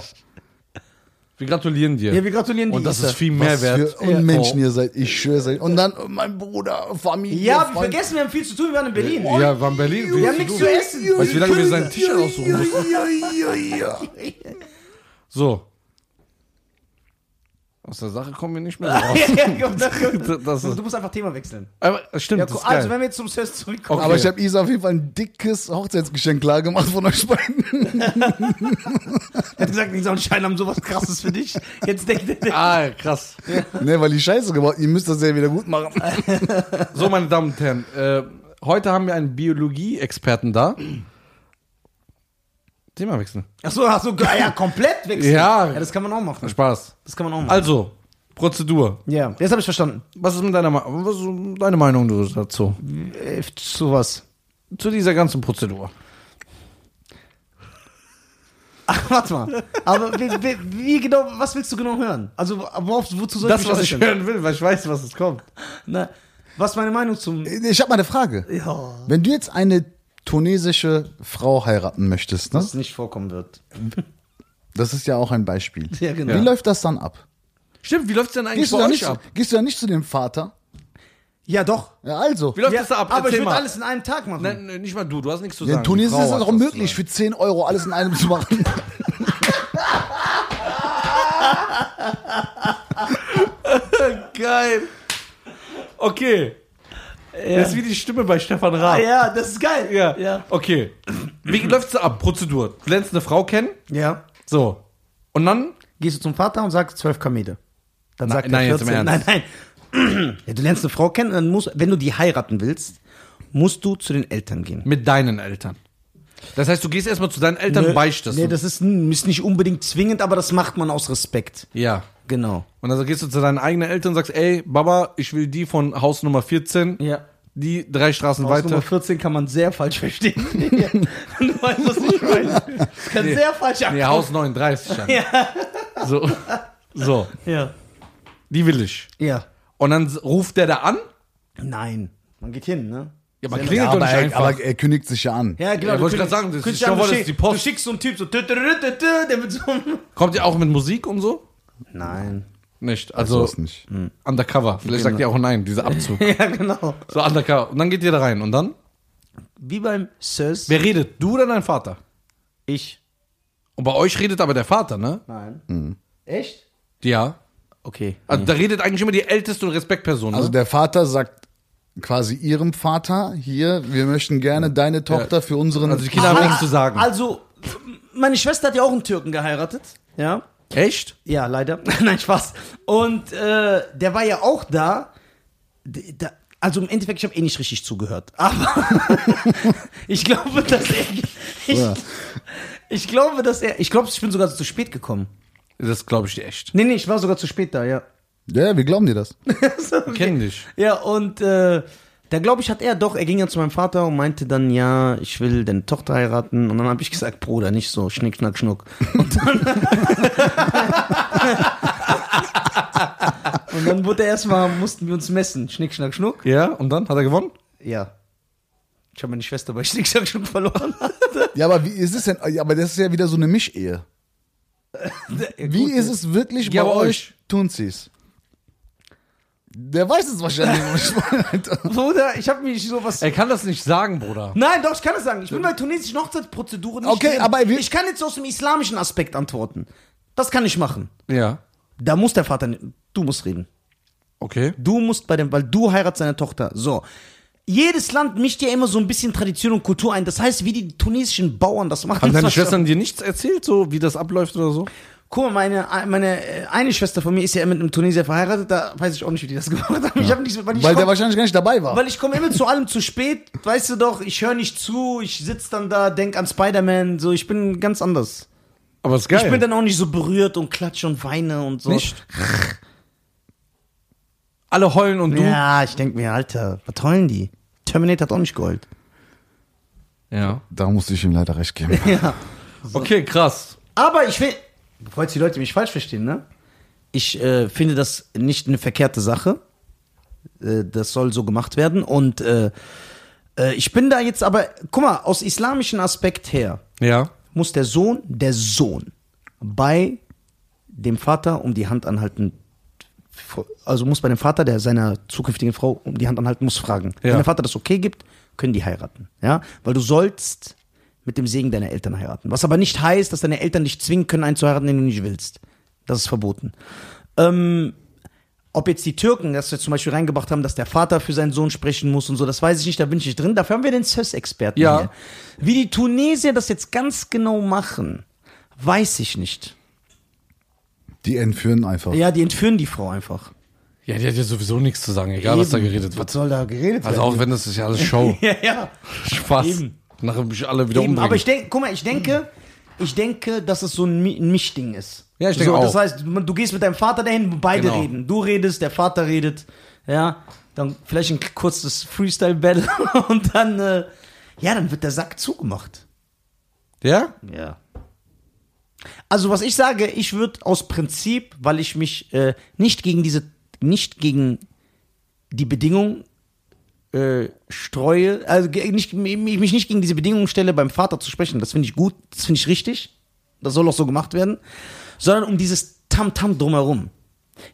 Speaker 1: Wir gratulieren dir.
Speaker 2: wir gratulieren
Speaker 1: Und
Speaker 2: dir,
Speaker 1: das
Speaker 2: Isa.
Speaker 1: ist viel mehr
Speaker 3: Was für
Speaker 1: wert.
Speaker 3: Unmenschen ihr seid. Ich schwöre seid. Und dann oh, mein Bruder, Familie.
Speaker 2: Oh. Ja, wir
Speaker 3: Freund.
Speaker 2: vergessen, wir haben viel zu tun, wir waren in Berlin.
Speaker 1: Oh. Ja, war in Berlin.
Speaker 2: Wir haben nichts zu essen.
Speaker 1: Weißt du, wie lange wir seinen T-Shirt aussuchen mussten? So. Aus der Sache kommen wir nicht mehr so raus.
Speaker 2: Ja, ja, komm, komm.
Speaker 1: Das ist-
Speaker 2: du musst einfach Thema wechseln.
Speaker 1: Aber, stimmt,
Speaker 2: Ja,
Speaker 1: das
Speaker 2: gu-
Speaker 1: ist geil.
Speaker 2: also, wenn wir jetzt zum Sös zurückkommen.
Speaker 3: Aber
Speaker 1: Okay.
Speaker 3: ich habe Isa auf jeden Fall ein dickes Hochzeitsgeschenk klar gemacht von euch beiden.
Speaker 2: Er hat gesagt, Nisa und Schein haben sowas krasses für dich. Jetzt denkt er,
Speaker 1: ah, krass.
Speaker 3: ne, weil die Scheiße gebaut. Ihr müsst das ja wieder gut machen.
Speaker 2: Äh.
Speaker 1: So, meine Damen und Herren, äh, heute haben wir einen Biologie-Experten da. Thema wechseln.
Speaker 2: Achso, ach so, ge- ah ja, komplett wechseln.
Speaker 1: Ja.
Speaker 2: das kann man auch machen.
Speaker 1: Spaß.
Speaker 2: Das kann man auch machen.
Speaker 1: Also, Prozedur.
Speaker 2: Ja, jetzt habe ich verstanden.
Speaker 1: Was ist mit deiner, Me- was ist deine Meinung du dazu?
Speaker 2: Äh, Zu was?
Speaker 1: Zu dieser ganzen Prozedur.
Speaker 2: Ach, warte mal. Aber wie, wie, wie genau, was willst du genau hören? Also, worauf, wozu soll
Speaker 1: Das,
Speaker 2: ich
Speaker 1: was
Speaker 2: mich
Speaker 1: ich
Speaker 2: äußern?
Speaker 1: hören will, weil ich weiß, was es kommt. Äh,
Speaker 2: Na, was meine Meinung zum.
Speaker 3: Ich habe mal eine Frage.
Speaker 2: Ja.
Speaker 3: Wenn du jetzt eine tunesische Frau heiraten möchtest, ne?
Speaker 2: Was nicht vorkommen wird.
Speaker 3: das ist ja auch ein Beispiel.
Speaker 2: Ja, genau.
Speaker 3: Wie läuft das dann ab?
Speaker 1: Stimmt, wie läuft es denn eigentlich
Speaker 3: Gehst du,
Speaker 1: bei
Speaker 3: da
Speaker 1: euch
Speaker 3: nicht,
Speaker 1: ab?
Speaker 3: gehst du da nicht zu dem Vater?
Speaker 2: Ja, doch.
Speaker 3: Ja, also.
Speaker 1: Wie läuft
Speaker 2: Ja,
Speaker 1: das da ab?
Speaker 2: aber ich
Speaker 1: Erzähl
Speaker 2: würde
Speaker 1: mal.
Speaker 2: alles in einem Tag machen.
Speaker 1: Nein, nein, nicht mal du, du hast nichts zu
Speaker 3: Ja,
Speaker 1: sagen.
Speaker 3: in Tunesien
Speaker 1: Die
Speaker 3: ist
Speaker 1: Frau
Speaker 3: es
Speaker 1: hat
Speaker 3: auch
Speaker 1: was
Speaker 3: möglich, für 10 Euro alles in einem zu machen.
Speaker 1: zu sagen. Geil. Okay. Das ist wie die Stimme bei Stefan
Speaker 2: Ah,
Speaker 1: Raab.
Speaker 2: ja, das ist geil.
Speaker 1: Ja.
Speaker 2: Ja.
Speaker 1: Okay. Wie läuft's da ab? Prozedur. Du lernst eine Frau kennen.
Speaker 2: ja.
Speaker 1: So. Und dann?
Speaker 2: Gehst du zum Vater und sagst 12 Kamede. Dann sagt er
Speaker 1: nein, jetzt im
Speaker 2: 14.
Speaker 1: Ernst.
Speaker 2: Nein, nein. Ja, du lernst eine Frau kennen, und dann musst, wenn du die heiraten willst, musst du zu den Eltern gehen.
Speaker 1: Mit deinen Eltern. Das heißt, du gehst erstmal zu deinen Eltern und beichtest.
Speaker 2: Nee, das ist, n- ist nicht unbedingt zwingend, aber das macht man aus Respekt.
Speaker 1: ja.
Speaker 2: Genau.
Speaker 1: Und dann gehst du zu deinen eigenen Eltern und sagst, ey, Baba, ich will die von Haus Nummer 14.
Speaker 2: Ja.
Speaker 1: Die drei Straßen
Speaker 2: Aus
Speaker 1: weiter.
Speaker 2: Nummer 14 kann man sehr falsch verstehen. du weißt, was ich meine. Das kann sehr falsch
Speaker 1: Nee,
Speaker 2: abkommen.
Speaker 1: Haus 39. Dann. Ja. So. So.
Speaker 2: Ja.
Speaker 1: Die will ich.
Speaker 2: Ja.
Speaker 1: Und dann s- ruft der da an.
Speaker 2: Nein. Man geht hin, ne?
Speaker 1: Ja, aber
Speaker 3: Ja,
Speaker 1: klingelt doch
Speaker 3: aber,
Speaker 1: nicht
Speaker 3: er,
Speaker 1: einfach.
Speaker 3: aber er kündigt sich ja an.
Speaker 2: Ja, genau.
Speaker 1: Ja,
Speaker 2: du
Speaker 1: wollte ich
Speaker 2: kündigst-
Speaker 1: grad sagen, das ist-
Speaker 2: kündigst
Speaker 1: ich
Speaker 2: an,
Speaker 1: glaube,
Speaker 2: du
Speaker 1: das ist die
Speaker 2: schick-
Speaker 1: Post.
Speaker 2: Du schickst so einen Typ so, tü, tü, tü, tü, tü, der mit so einem.
Speaker 1: Kommt ihr auch mit Musik und so?
Speaker 2: Nein.
Speaker 1: Nicht.
Speaker 3: So
Speaker 1: Also
Speaker 3: ist nicht.
Speaker 1: undercover. Vielleicht sagt ihr auch nein, dieser Abzug.
Speaker 2: Ja, genau.
Speaker 1: So undercover. Und dann geht ihr da rein. Und dann?
Speaker 2: Wie beim Sös.
Speaker 1: Wer redet? Du oder dein Vater?
Speaker 2: Ich.
Speaker 1: Und bei euch redet aber der Vater, ne?
Speaker 2: Nein. Echt?
Speaker 1: Ja.
Speaker 2: Okay.
Speaker 1: Also da redet eigentlich immer die älteste und Respektperson. Ne?
Speaker 3: Also der Vater sagt quasi ihrem Vater hier, wir möchten gerne deine Tochter für unseren
Speaker 1: Also die Kinder haben nichts zu sagen.
Speaker 2: Also, meine Schwester hat ja auch einen Türken geheiratet. Ja.
Speaker 1: Echt?
Speaker 2: Ja, leider. Nein, Spaß. Und äh, der war ja auch da. D- da also im Endeffekt, ich habe eh nicht richtig zugehört. Aber ich glaube, dass er. Ich,
Speaker 3: Ja.
Speaker 2: ich glaube, dass er. Ich glaube, ich bin sogar zu spät gekommen.
Speaker 1: Das glaube ich dir echt.
Speaker 2: Nee, nee, ich war sogar zu spät da, ja.
Speaker 3: Ja, wir glauben dir das.
Speaker 1: Wir kennen dich.
Speaker 2: Ja, und äh, da glaube ich, hat er doch, er ging ja zu meinem Vater und meinte dann, ja, ich will deine Tochter heiraten. Und dann habe ich gesagt, Bruder, nicht so, schnick, schnack, schnuck. Und dann, und dann wurde erstmal, mussten wir uns messen, schnick, schnack, schnuck.
Speaker 1: Ja, und dann? Hat er gewonnen?
Speaker 2: Ja. Ich habe meine Schwester bei schnick, schnack, schnuck verloren.
Speaker 3: Ja, aber wie ist es denn? Ja, Aber das ist ja wieder so eine Mischehe. Wie
Speaker 2: ne?
Speaker 3: ist es wirklich
Speaker 1: Ja,
Speaker 3: bei
Speaker 1: bei
Speaker 3: euch
Speaker 1: euch.
Speaker 3: Tunsis? Der weiß es wahrscheinlich. was ich meine, Alter.
Speaker 2: Bruder, ich habe mich sowas...
Speaker 1: Er kann das nicht sagen, Bruder.
Speaker 2: Nein, doch, ich kann es sagen. Ich bin bei tunesischen Hochzeitsprozeduren nicht
Speaker 3: Okay,
Speaker 2: drin.
Speaker 3: aber wir-
Speaker 2: ich kann jetzt aus dem islamischen Aspekt antworten. Das kann ich machen.
Speaker 1: Ja.
Speaker 2: Da muss der Vater, ni- du musst reden.
Speaker 1: Okay.
Speaker 2: Du musst bei dem, weil du heiratest seine Tochter. So. Jedes Land mischt ja immer so ein bisschen Tradition und Kultur ein. Das heißt, wie die tunesischen Bauern das machen.
Speaker 1: Haben deine
Speaker 2: das war-
Speaker 1: Schwestern dir nichts erzählt, so wie das abläuft oder so?
Speaker 2: Guck mal, meine, meine äh, eine Schwester von mir ist ja mit einem Tunesier verheiratet. Da weiß ich auch nicht, wie die das gemacht haben. Ich habe nichts, weil ich
Speaker 3: Weil der
Speaker 2: komm,
Speaker 3: wahrscheinlich gar nicht dabei war.
Speaker 2: weil ich komme immer zu allem zu spät. Weißt du doch, ich höre nicht zu. Ich sitze dann da, denk an Spider-Man. So, ich bin ganz anders.
Speaker 1: Aber ist geil.
Speaker 2: Ich bin dann auch nicht so berührt und klatsche und weine und so.
Speaker 1: nicht. Alle heulen und du.
Speaker 2: Ja, ich denke mir, Alter, was heulen die? Terminator hat auch nicht geheult.
Speaker 1: ja.
Speaker 3: Da musste ich ihm leider recht geben.
Speaker 2: Ja.
Speaker 1: Okay, krass.
Speaker 2: Aber ich will. Bevor jetzt die Leute mich falsch verstehen, ne? Ich äh, finde das nicht eine verkehrte Sache. Äh, das soll so gemacht werden. Und äh, äh, ich bin da jetzt aber, guck mal, aus islamischen Aspekt her
Speaker 1: Ja.
Speaker 2: muss der Sohn, der Sohn, bei dem Vater um die Hand anhalten. Also muss bei dem Vater, der seiner zukünftigen Frau um die Hand anhalten muss, fragen.
Speaker 1: Ja.
Speaker 2: Wenn der Vater das okay gibt, können die heiraten. Ja? Weil du sollst mit dem Segen deiner Eltern heiraten. Was aber nicht heißt, dass deine Eltern dich zwingen können, einen zu heiraten, den du nicht willst. Das ist verboten. Ähm, ob jetzt die Türken das jetzt zum Beispiel reingebracht haben, dass der Vater für seinen Sohn sprechen muss und so, das weiß ich nicht, da bin ich nicht drin. Dafür haben wir den SÖS-Experten
Speaker 1: Ja.
Speaker 2: hier. Wie die Tunesier das jetzt ganz genau machen, weiß ich nicht.
Speaker 3: Die entführen einfach.
Speaker 2: Ja, die entführen die Frau einfach.
Speaker 1: Ja, die hat ja sowieso nichts zu sagen, egal was da geredet wird.
Speaker 2: Was soll da geredet
Speaker 1: Also
Speaker 2: werden?
Speaker 1: auch wenn das ist ja alles Show.
Speaker 2: ja, ja.
Speaker 1: Spaß.
Speaker 2: Eben.
Speaker 1: Nachher mich alle wieder
Speaker 2: Eben,
Speaker 1: umbringen.
Speaker 2: aber ich denke, guck mal, ich denke, Ich denke, dass es so ein Mi- ein Mischding ist.
Speaker 1: Ja, ich denke
Speaker 2: so, Das
Speaker 1: auch.
Speaker 2: heißt, man- du gehst mit deinem Vater dahin, beide
Speaker 1: Genau.
Speaker 2: reden. Du redest, der Vater redet. Ja, dann vielleicht ein kurzes Freestyle-Battle und dann, äh, ja, dann wird der Sack zugemacht.
Speaker 1: Ja?
Speaker 2: Ja. Also, was ich sage, ich würde aus Prinzip, weil ich mich äh, nicht gegen diese, nicht gegen die Bedingung äh, streue, also ge- nicht, mich mich nicht gegen diese Bedingung stelle, beim Vater zu sprechen. Das finde ich gut, das finde ich richtig. Das soll auch so gemacht werden. Sondern um dieses Tamtam drumherum.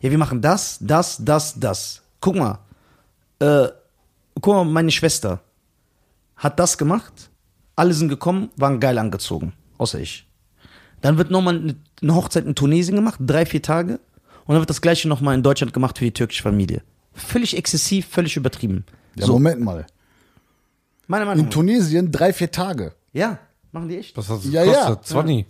Speaker 2: Ja, wir machen das, das, das, das. Guck mal. Äh, guck mal, meine Schwester hat das gemacht. Alle sind gekommen, waren geil angezogen. Außer ich. Dann wird nochmal eine- eine Hochzeit in Tunesien gemacht, drei, vier Tage. Und dann wird das gleiche nochmal in Deutschland gemacht für die türkische Familie. Völlig exzessiv, völlig übertrieben.
Speaker 3: Ja, Moment mal.
Speaker 2: Meiner Meinung
Speaker 3: In
Speaker 2: nach.
Speaker 3: Tunesien drei, vier Tage.
Speaker 2: Ja, machen die echt.
Speaker 1: Was hat es
Speaker 3: Ja, ja.
Speaker 1: gekostet? 20.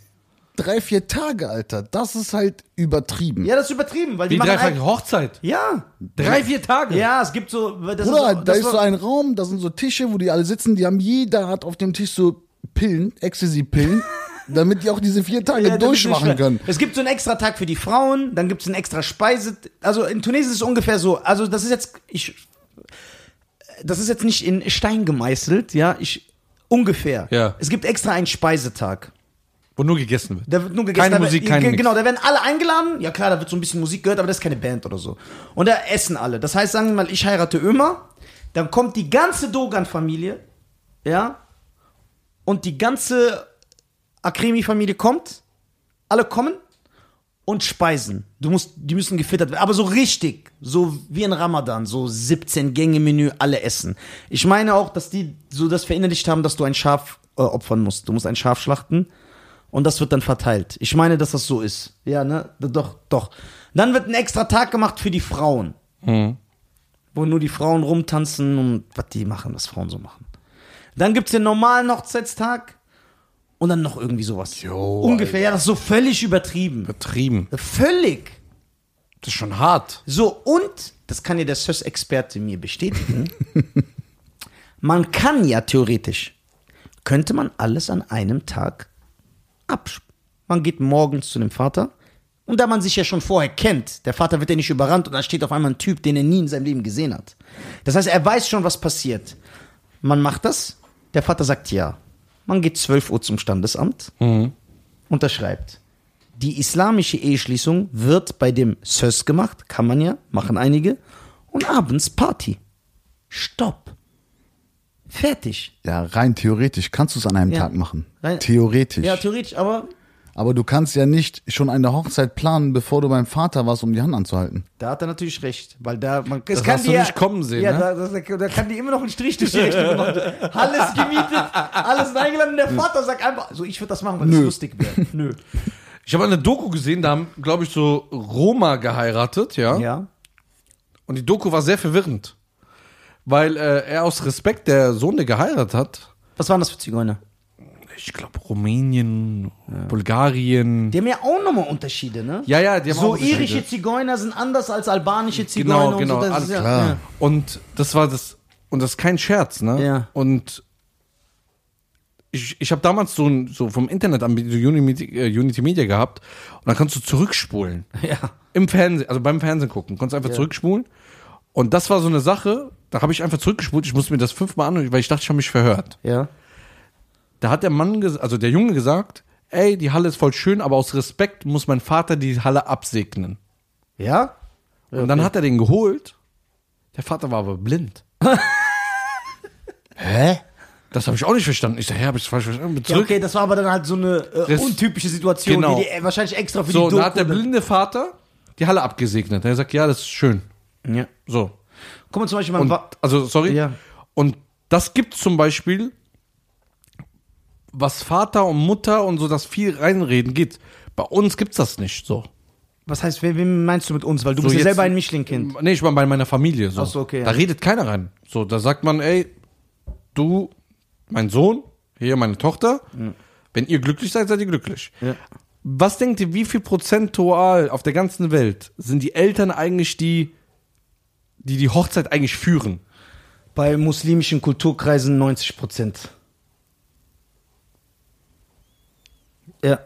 Speaker 3: Drei, vier Tage, Alter. Das ist halt übertrieben.
Speaker 2: Ja, das ist übertrieben, weil die
Speaker 1: Wie
Speaker 2: machen
Speaker 1: drei
Speaker 2: halt-
Speaker 1: Tage Hochzeit?
Speaker 2: Ja.
Speaker 1: Drei, vier Tage?
Speaker 2: Ja, es gibt so. Das
Speaker 3: Bruder,
Speaker 2: ist so,
Speaker 3: da
Speaker 2: das
Speaker 3: ist so ein Raum, da sind so Tische, wo die alle sitzen. Die haben, jeder hat auf dem Tisch so Pillen, Ecstasy-Pillen, damit die auch diese vier Tage
Speaker 2: Ja, damit
Speaker 3: durchmachen
Speaker 2: nicht-
Speaker 3: können.
Speaker 2: Es gibt so einen extra Tag für die Frauen, dann gibt es einen extra Speise. Also in Tunesien ist es ungefähr so. Also das ist jetzt. Ich, das ist jetzt nicht in Stein gemeißelt, ja. Ich. Ungefähr.
Speaker 1: Ja.
Speaker 2: Es gibt extra einen Speisetag.
Speaker 1: Wo nur gegessen wird.
Speaker 2: Da wird nur gegessen.
Speaker 1: Keine
Speaker 2: da wird-
Speaker 1: Musik, kein
Speaker 2: ge-
Speaker 1: nix.
Speaker 2: Genau, da werden alle eingeladen. Ja klar, da wird so ein bisschen Musik gehört, aber das ist keine Band oder so. Und da essen alle. Das heißt, sagen wir mal, ich heirate Ömer, dann kommt die ganze Dogan-Familie, ja, und die ganze Akremi-Familie kommt, alle kommen und speisen. Du musst, die müssen gefüttert werden, aber so richtig, so wie in Ramadan, so 17 Gänge Menü, alle essen. Ich meine auch, dass die so das verinnerlicht haben, dass du ein Schaf äh, opfern musst. Du musst ein Schaf schlachten und das wird dann verteilt. Ich meine, dass das so ist. Ja, ne? D- Doch, doch. Dann wird ein extra Tag gemacht für die Frauen. Wo nur die Frauen rumtanzen und was die machen, was Frauen so machen. Dann gibt's den normalen Hochzeitstag und dann noch irgendwie sowas. Ungefähr, ja, das ist so völlig übertrieben.
Speaker 1: Übertrieben.
Speaker 2: Völlig.
Speaker 1: Das ist schon hart.
Speaker 2: So, und, das kann ja der SÖS-Experte mir bestätigen, man kann ja theoretisch, könnte man alles an einem Tag absch... Man geht morgens zu dem Vater und da man sich ja schon vorher kennt, der Vater wird ja nicht überrannt und da steht auf einmal ein Typ, den er nie in seinem Leben gesehen hat. Das heißt, er weiß schon, was passiert. Man macht das, der Vater sagt ja. Man geht 12 Uhr zum Standesamt, unterschreibt. Die islamische Eheschließung wird bei dem SÖS gemacht, kann man ja, machen einige. Und abends Party. Stopp. Fertig.
Speaker 3: Ja, rein theoretisch kannst du es an einem
Speaker 2: Ja.
Speaker 3: Tag machen.
Speaker 2: Rein-
Speaker 3: theoretisch.
Speaker 2: Ja, theoretisch, aber
Speaker 3: Aber du kannst ja nicht schon eine Hochzeit planen, bevor du beim Vater warst, um die Hand anzuhalten.
Speaker 2: da hat er natürlich recht, weil da man es
Speaker 1: Das hast du
Speaker 2: die
Speaker 1: nicht kommen sehen,
Speaker 2: Ja,
Speaker 1: ne?
Speaker 2: da, da, da kann die immer noch einen Strich durch die Rechnung machen. Alles gemietet, alles eingeladen. Der Vater sagt einfach, so ich würde das machen, weil es
Speaker 3: Nö.
Speaker 2: lustig wäre. Nö.
Speaker 1: Ich habe eine Doku gesehen, da haben, glaube ich, so Roma geheiratet, ja?
Speaker 2: Ja.
Speaker 1: Und die Doku war sehr verwirrend. Weil äh, er aus Respekt der Sohn, der geheiratet hat,
Speaker 2: Was waren das für Zigeuner?
Speaker 1: ich glaube Rumänien, Bulgarien.
Speaker 2: Die haben ja auch nochmal Unterschiede, ne?
Speaker 1: ja, ja, die haben
Speaker 2: so
Speaker 1: auch Unterschiede.
Speaker 2: irische Zigeuner sind anders als albanische
Speaker 1: Genau,
Speaker 2: Zigeuner
Speaker 1: genau,
Speaker 2: und so. Das
Speaker 1: alles
Speaker 2: ist ja-
Speaker 3: klar.
Speaker 2: Ja.
Speaker 1: Und das war das, und das ist kein Scherz, ne?
Speaker 2: Ja.
Speaker 1: Und ich, ich habe damals so, ein, so vom Internet an Unity, äh, Unity Media gehabt und dann kannst du zurückspulen.
Speaker 2: Ja.
Speaker 1: Im Fernsehen, also beim Fernsehen gucken, konntest einfach zurückspulen. Und das war so eine Sache, da habe ich einfach zurückgespult, ich musste mir das fünfmal anhören, weil ich dachte, ich habe mich verhört.
Speaker 2: Ja.
Speaker 1: Da hat der Mann, ges- also der Junge gesagt, ey, die Halle ist voll schön, aber aus Respekt muss mein Vater die Halle absegnen.
Speaker 2: Ja?
Speaker 1: Und dann hat er den geholt. Der Vater war aber blind.
Speaker 3: Hä?
Speaker 1: Das habe ich auch nicht verstanden. Ich sage, hä, habe ich falsch verstanden? Bin
Speaker 2: ja.
Speaker 1: Zurück.
Speaker 2: Okay, das war aber dann halt so eine äh,
Speaker 1: Das-
Speaker 2: untypische Situation,
Speaker 1: Genau.
Speaker 2: die, die äh, wahrscheinlich extra für
Speaker 1: so,
Speaker 2: die
Speaker 1: dann hat der
Speaker 2: dann-
Speaker 1: blinde Vater die Halle abgesegnet. Er hat gesagt, ja, das ist schön.
Speaker 2: Ja.
Speaker 1: So.
Speaker 2: Guck mal zum Beispiel, mein
Speaker 1: Und,
Speaker 2: Wa-
Speaker 1: also, sorry.
Speaker 2: Ja.
Speaker 1: Und das gibt zum Beispiel, was Vater und Mutter und so das viel reinreden geht. Bei uns gibt's das nicht so.
Speaker 2: was heißt, wen, wen meinst du mit uns? Weil du
Speaker 1: So
Speaker 2: bist ja
Speaker 1: jetzt-
Speaker 2: selber ein Mischling-Kind.
Speaker 1: Nee, ich meine bei meiner Familie so.
Speaker 2: Ach so, okay,
Speaker 1: Da
Speaker 2: ja.
Speaker 1: redet keiner rein. So, da sagt man, ey, du, mein Sohn, hier meine Tochter, wenn ihr glücklich seid, seid ihr glücklich.
Speaker 2: Ja.
Speaker 1: Was denkt ihr, wie viel prozentual auf der ganzen Welt sind die Eltern eigentlich die, die die Hochzeit eigentlich führen?
Speaker 2: Bei muslimischen Kulturkreisen 90 Prozent. Ja.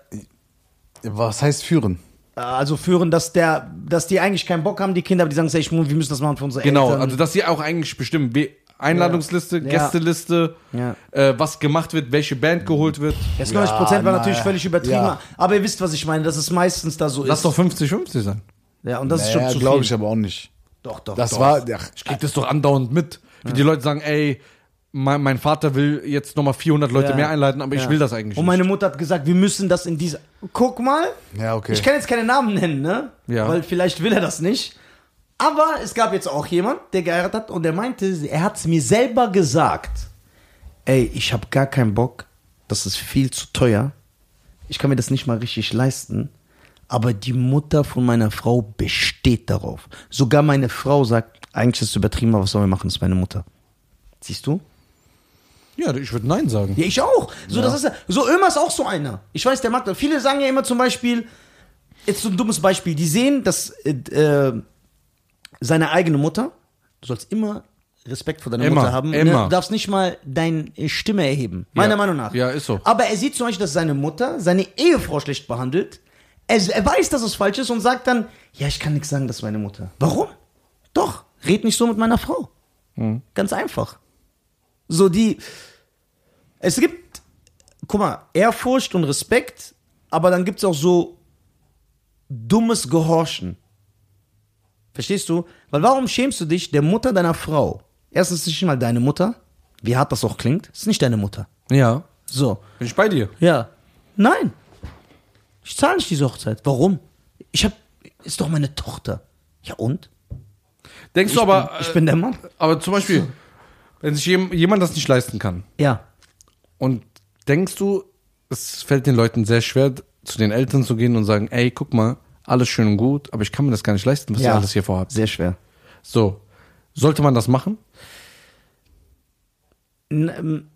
Speaker 3: Was heißt führen?
Speaker 2: Also führen, dass der, dass die eigentlich keinen Bock haben, die Kinder, aber die sagen, ey, ich muss- wir müssen das machen für unsere
Speaker 1: Genau,
Speaker 2: Eltern.
Speaker 1: also dass sie auch eigentlich bestimmen, we- Einladungsliste,
Speaker 2: Ja.
Speaker 1: Gästeliste,
Speaker 2: Ja.
Speaker 1: äh, was gemacht wird, welche Band geholt wird.
Speaker 2: Jetzt 90 Prozent war
Speaker 3: na
Speaker 2: natürlich
Speaker 3: ja.
Speaker 2: völlig übertrieben,
Speaker 3: Ja.
Speaker 2: aber ihr wisst, was ich meine, dass es meistens da so
Speaker 1: Lass
Speaker 2: ist.
Speaker 1: doch 50-50 sein.
Speaker 2: ja, und das ist schon
Speaker 3: Ja,
Speaker 2: zu
Speaker 3: glaube
Speaker 2: viel.
Speaker 3: ich aber auch nicht.
Speaker 2: Doch, doch,
Speaker 3: Das
Speaker 2: doch.
Speaker 3: war, ach,
Speaker 1: Ich krieg das doch andauernd mit, wie die Leute sagen, ey, mein, mein Vater will jetzt nochmal 400 Leute
Speaker 2: Ja.
Speaker 1: mehr einladen, aber ich
Speaker 2: Ja.
Speaker 1: will das eigentlich
Speaker 2: Und
Speaker 1: nicht.
Speaker 2: meine Mutter hat gesagt, wir müssen das in dieser. Guck mal,
Speaker 3: ja, okay.
Speaker 2: ich kann jetzt keine Namen nennen, ne?
Speaker 1: Ja.
Speaker 2: Weil vielleicht will er das nicht. Aber es gab jetzt auch jemand, der geheiratet hat und der meinte, er hat es mir selber gesagt. Ey, ich habe gar keinen Bock, das ist viel zu teuer. Ich kann mir das nicht mal richtig leisten. Aber die Mutter von meiner Frau besteht darauf. Sogar meine Frau sagt, eigentlich ist es übertrieben, aber was sollen wir machen, das ist meine Mutter. Siehst du?
Speaker 1: Ja, ich würde Nein sagen.
Speaker 2: Ja, ich auch. So, das ist ja, so Ömer ist auch so einer. Ich weiß, der mag das. Viele sagen ja immer zum Beispiel, jetzt so ein dummes Beispiel, die sehen, dass äh, äh, seine eigene Mutter, du sollst immer Respekt vor deiner
Speaker 1: Immer,
Speaker 2: Mutter haben. ne?
Speaker 1: immer.
Speaker 2: Du darfst nicht mal deine Stimme erheben. Meiner
Speaker 1: Ja.
Speaker 2: Meinung nach.
Speaker 1: Ja, ist so.
Speaker 2: Aber er sieht zum Beispiel, dass seine Mutter seine Ehefrau schlecht behandelt. Er, er weiß, dass es falsch ist und sagt dann, ja, ich kann nichts sagen, das ist meine Mutter. Warum? Doch, red nicht so mit meiner Frau.
Speaker 1: Hm.
Speaker 2: Ganz einfach. So die. Es gibt, guck mal, Ehrfurcht und Respekt, aber dann gibt es auch so dummes Gehorchen. Verstehst du? Weil warum schämst du dich der Mutter deiner Frau? Erstens ist nicht mal deine Mutter, wie hart das auch klingt, ist nicht deine Mutter.
Speaker 1: Ja,
Speaker 2: So.
Speaker 1: bin ich bei dir.
Speaker 2: Ja. Nein. Ich zahle nicht diese Hochzeit. Warum? Ich hab. Ist doch meine Tochter. Ja und?
Speaker 1: Denkst du aber,
Speaker 2: ich bin der Mann.
Speaker 1: äh, aber zum Beispiel, wenn sich jem- jemand das nicht leisten kann
Speaker 2: Ja.
Speaker 1: und denkst du, es fällt den Leuten sehr schwer, zu den Eltern zu gehen und sagen, ey, guck mal, alles schön und gut, aber ich kann mir das gar nicht leisten, was ihr alles hier vorhabt.
Speaker 2: Sehr schwer.
Speaker 1: So, sollte man das machen?
Speaker 2: N- ähm,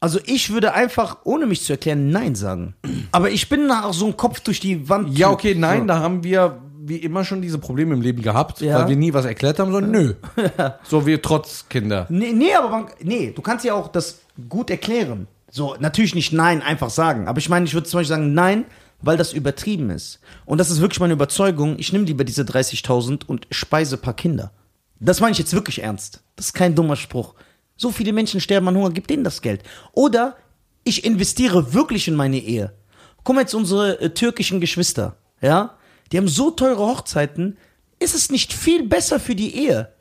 Speaker 2: Also ich würde einfach, ohne mich zu erklären, Nein sagen. Aber ich bin nach so ein Kopf durch die Wand.
Speaker 1: Ja, okay, nein,
Speaker 2: So.
Speaker 1: da haben wir wie immer schon diese Probleme im Leben gehabt,
Speaker 2: Ja.
Speaker 1: weil wir nie was erklärt haben, sondern nö. So wir Trotzkinder.
Speaker 2: Nee, nee, aber man, nee, du kannst ja auch das gut erklären. So, natürlich nicht Nein einfach sagen. Aber ich meine, ich würde zum Beispiel sagen Nein, weil das übertrieben ist. Und das ist wirklich meine Überzeugung. Ich nehme lieber diese 30.000 und speise ein paar Kinder. Das meine ich jetzt wirklich ernst. Das ist kein dummer Spruch. So viele Menschen sterben an Hunger, gib denen das Geld. Oder ich investiere wirklich in meine Ehe. Guck mal jetzt unsere äh, türkischen Geschwister, ja? Die haben so teure Hochzeiten. Ist es nicht viel besser für die Ehe,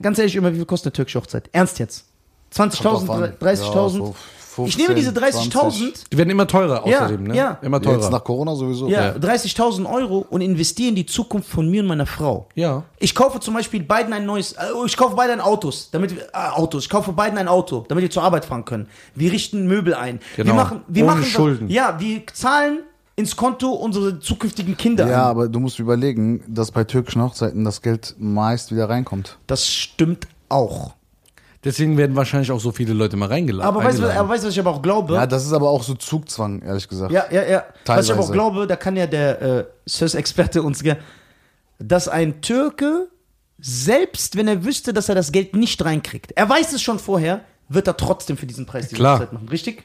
Speaker 2: Ganz ehrlich, immer, wie viel kostet eine türkische Hochzeit? Ernst jetzt. 20.000,
Speaker 3: Kommt drauf an.
Speaker 2: 30.000?
Speaker 3: Ja, so
Speaker 2: ich nehme diese
Speaker 3: 15,
Speaker 2: 30.000,
Speaker 1: Die werden immer teurer
Speaker 2: Ja,
Speaker 1: außerdem, ne?
Speaker 2: ja.
Speaker 1: Immer
Speaker 3: Jetzt
Speaker 1: teurer.
Speaker 3: nach Corona sowieso.
Speaker 2: ja, 30.000 Euro und investiere in die Zukunft von mir und meiner Frau.
Speaker 1: Ja.
Speaker 2: Ich kaufe zum Beispiel beiden ein neues, äh, ich kaufe beiden ein Autos, damit, wir- äh, Autos, ich kaufe beiden ein Auto, damit wir zur Arbeit fahren können. Wir richten Möbel ein.
Speaker 1: Genau.
Speaker 2: Wir machen, wir
Speaker 1: Ohne
Speaker 2: machen das-
Speaker 1: Schulden.
Speaker 2: Ja, wir zahlen ins Konto unsere zukünftigen Kinder
Speaker 3: Ja,
Speaker 2: ein.
Speaker 3: aber du musst überlegen, dass bei türkischen Hochzeiten das Geld meist wieder reinkommt.
Speaker 2: Das stimmt auch.
Speaker 1: Deswegen werden wahrscheinlich auch so viele Leute mal reingeladen.
Speaker 2: Aber weißt, du, was-
Speaker 1: eingeladen.
Speaker 2: aber weißt du, was ich aber auch glaube?
Speaker 3: Ja, das ist aber auch so Zugzwang, ehrlich gesagt.
Speaker 2: Ja, ja, ja. Was ich aber auch
Speaker 3: Teilweise.
Speaker 2: glaube, da kann ja der äh, SIS-Experte uns gerne, dass ein Türke, selbst wenn er wüsste, dass er das Geld nicht reinkriegt, er weiß es schon vorher, wird er trotzdem für diesen Preis die
Speaker 1: Klar.
Speaker 2: Hochzeit machen, richtig?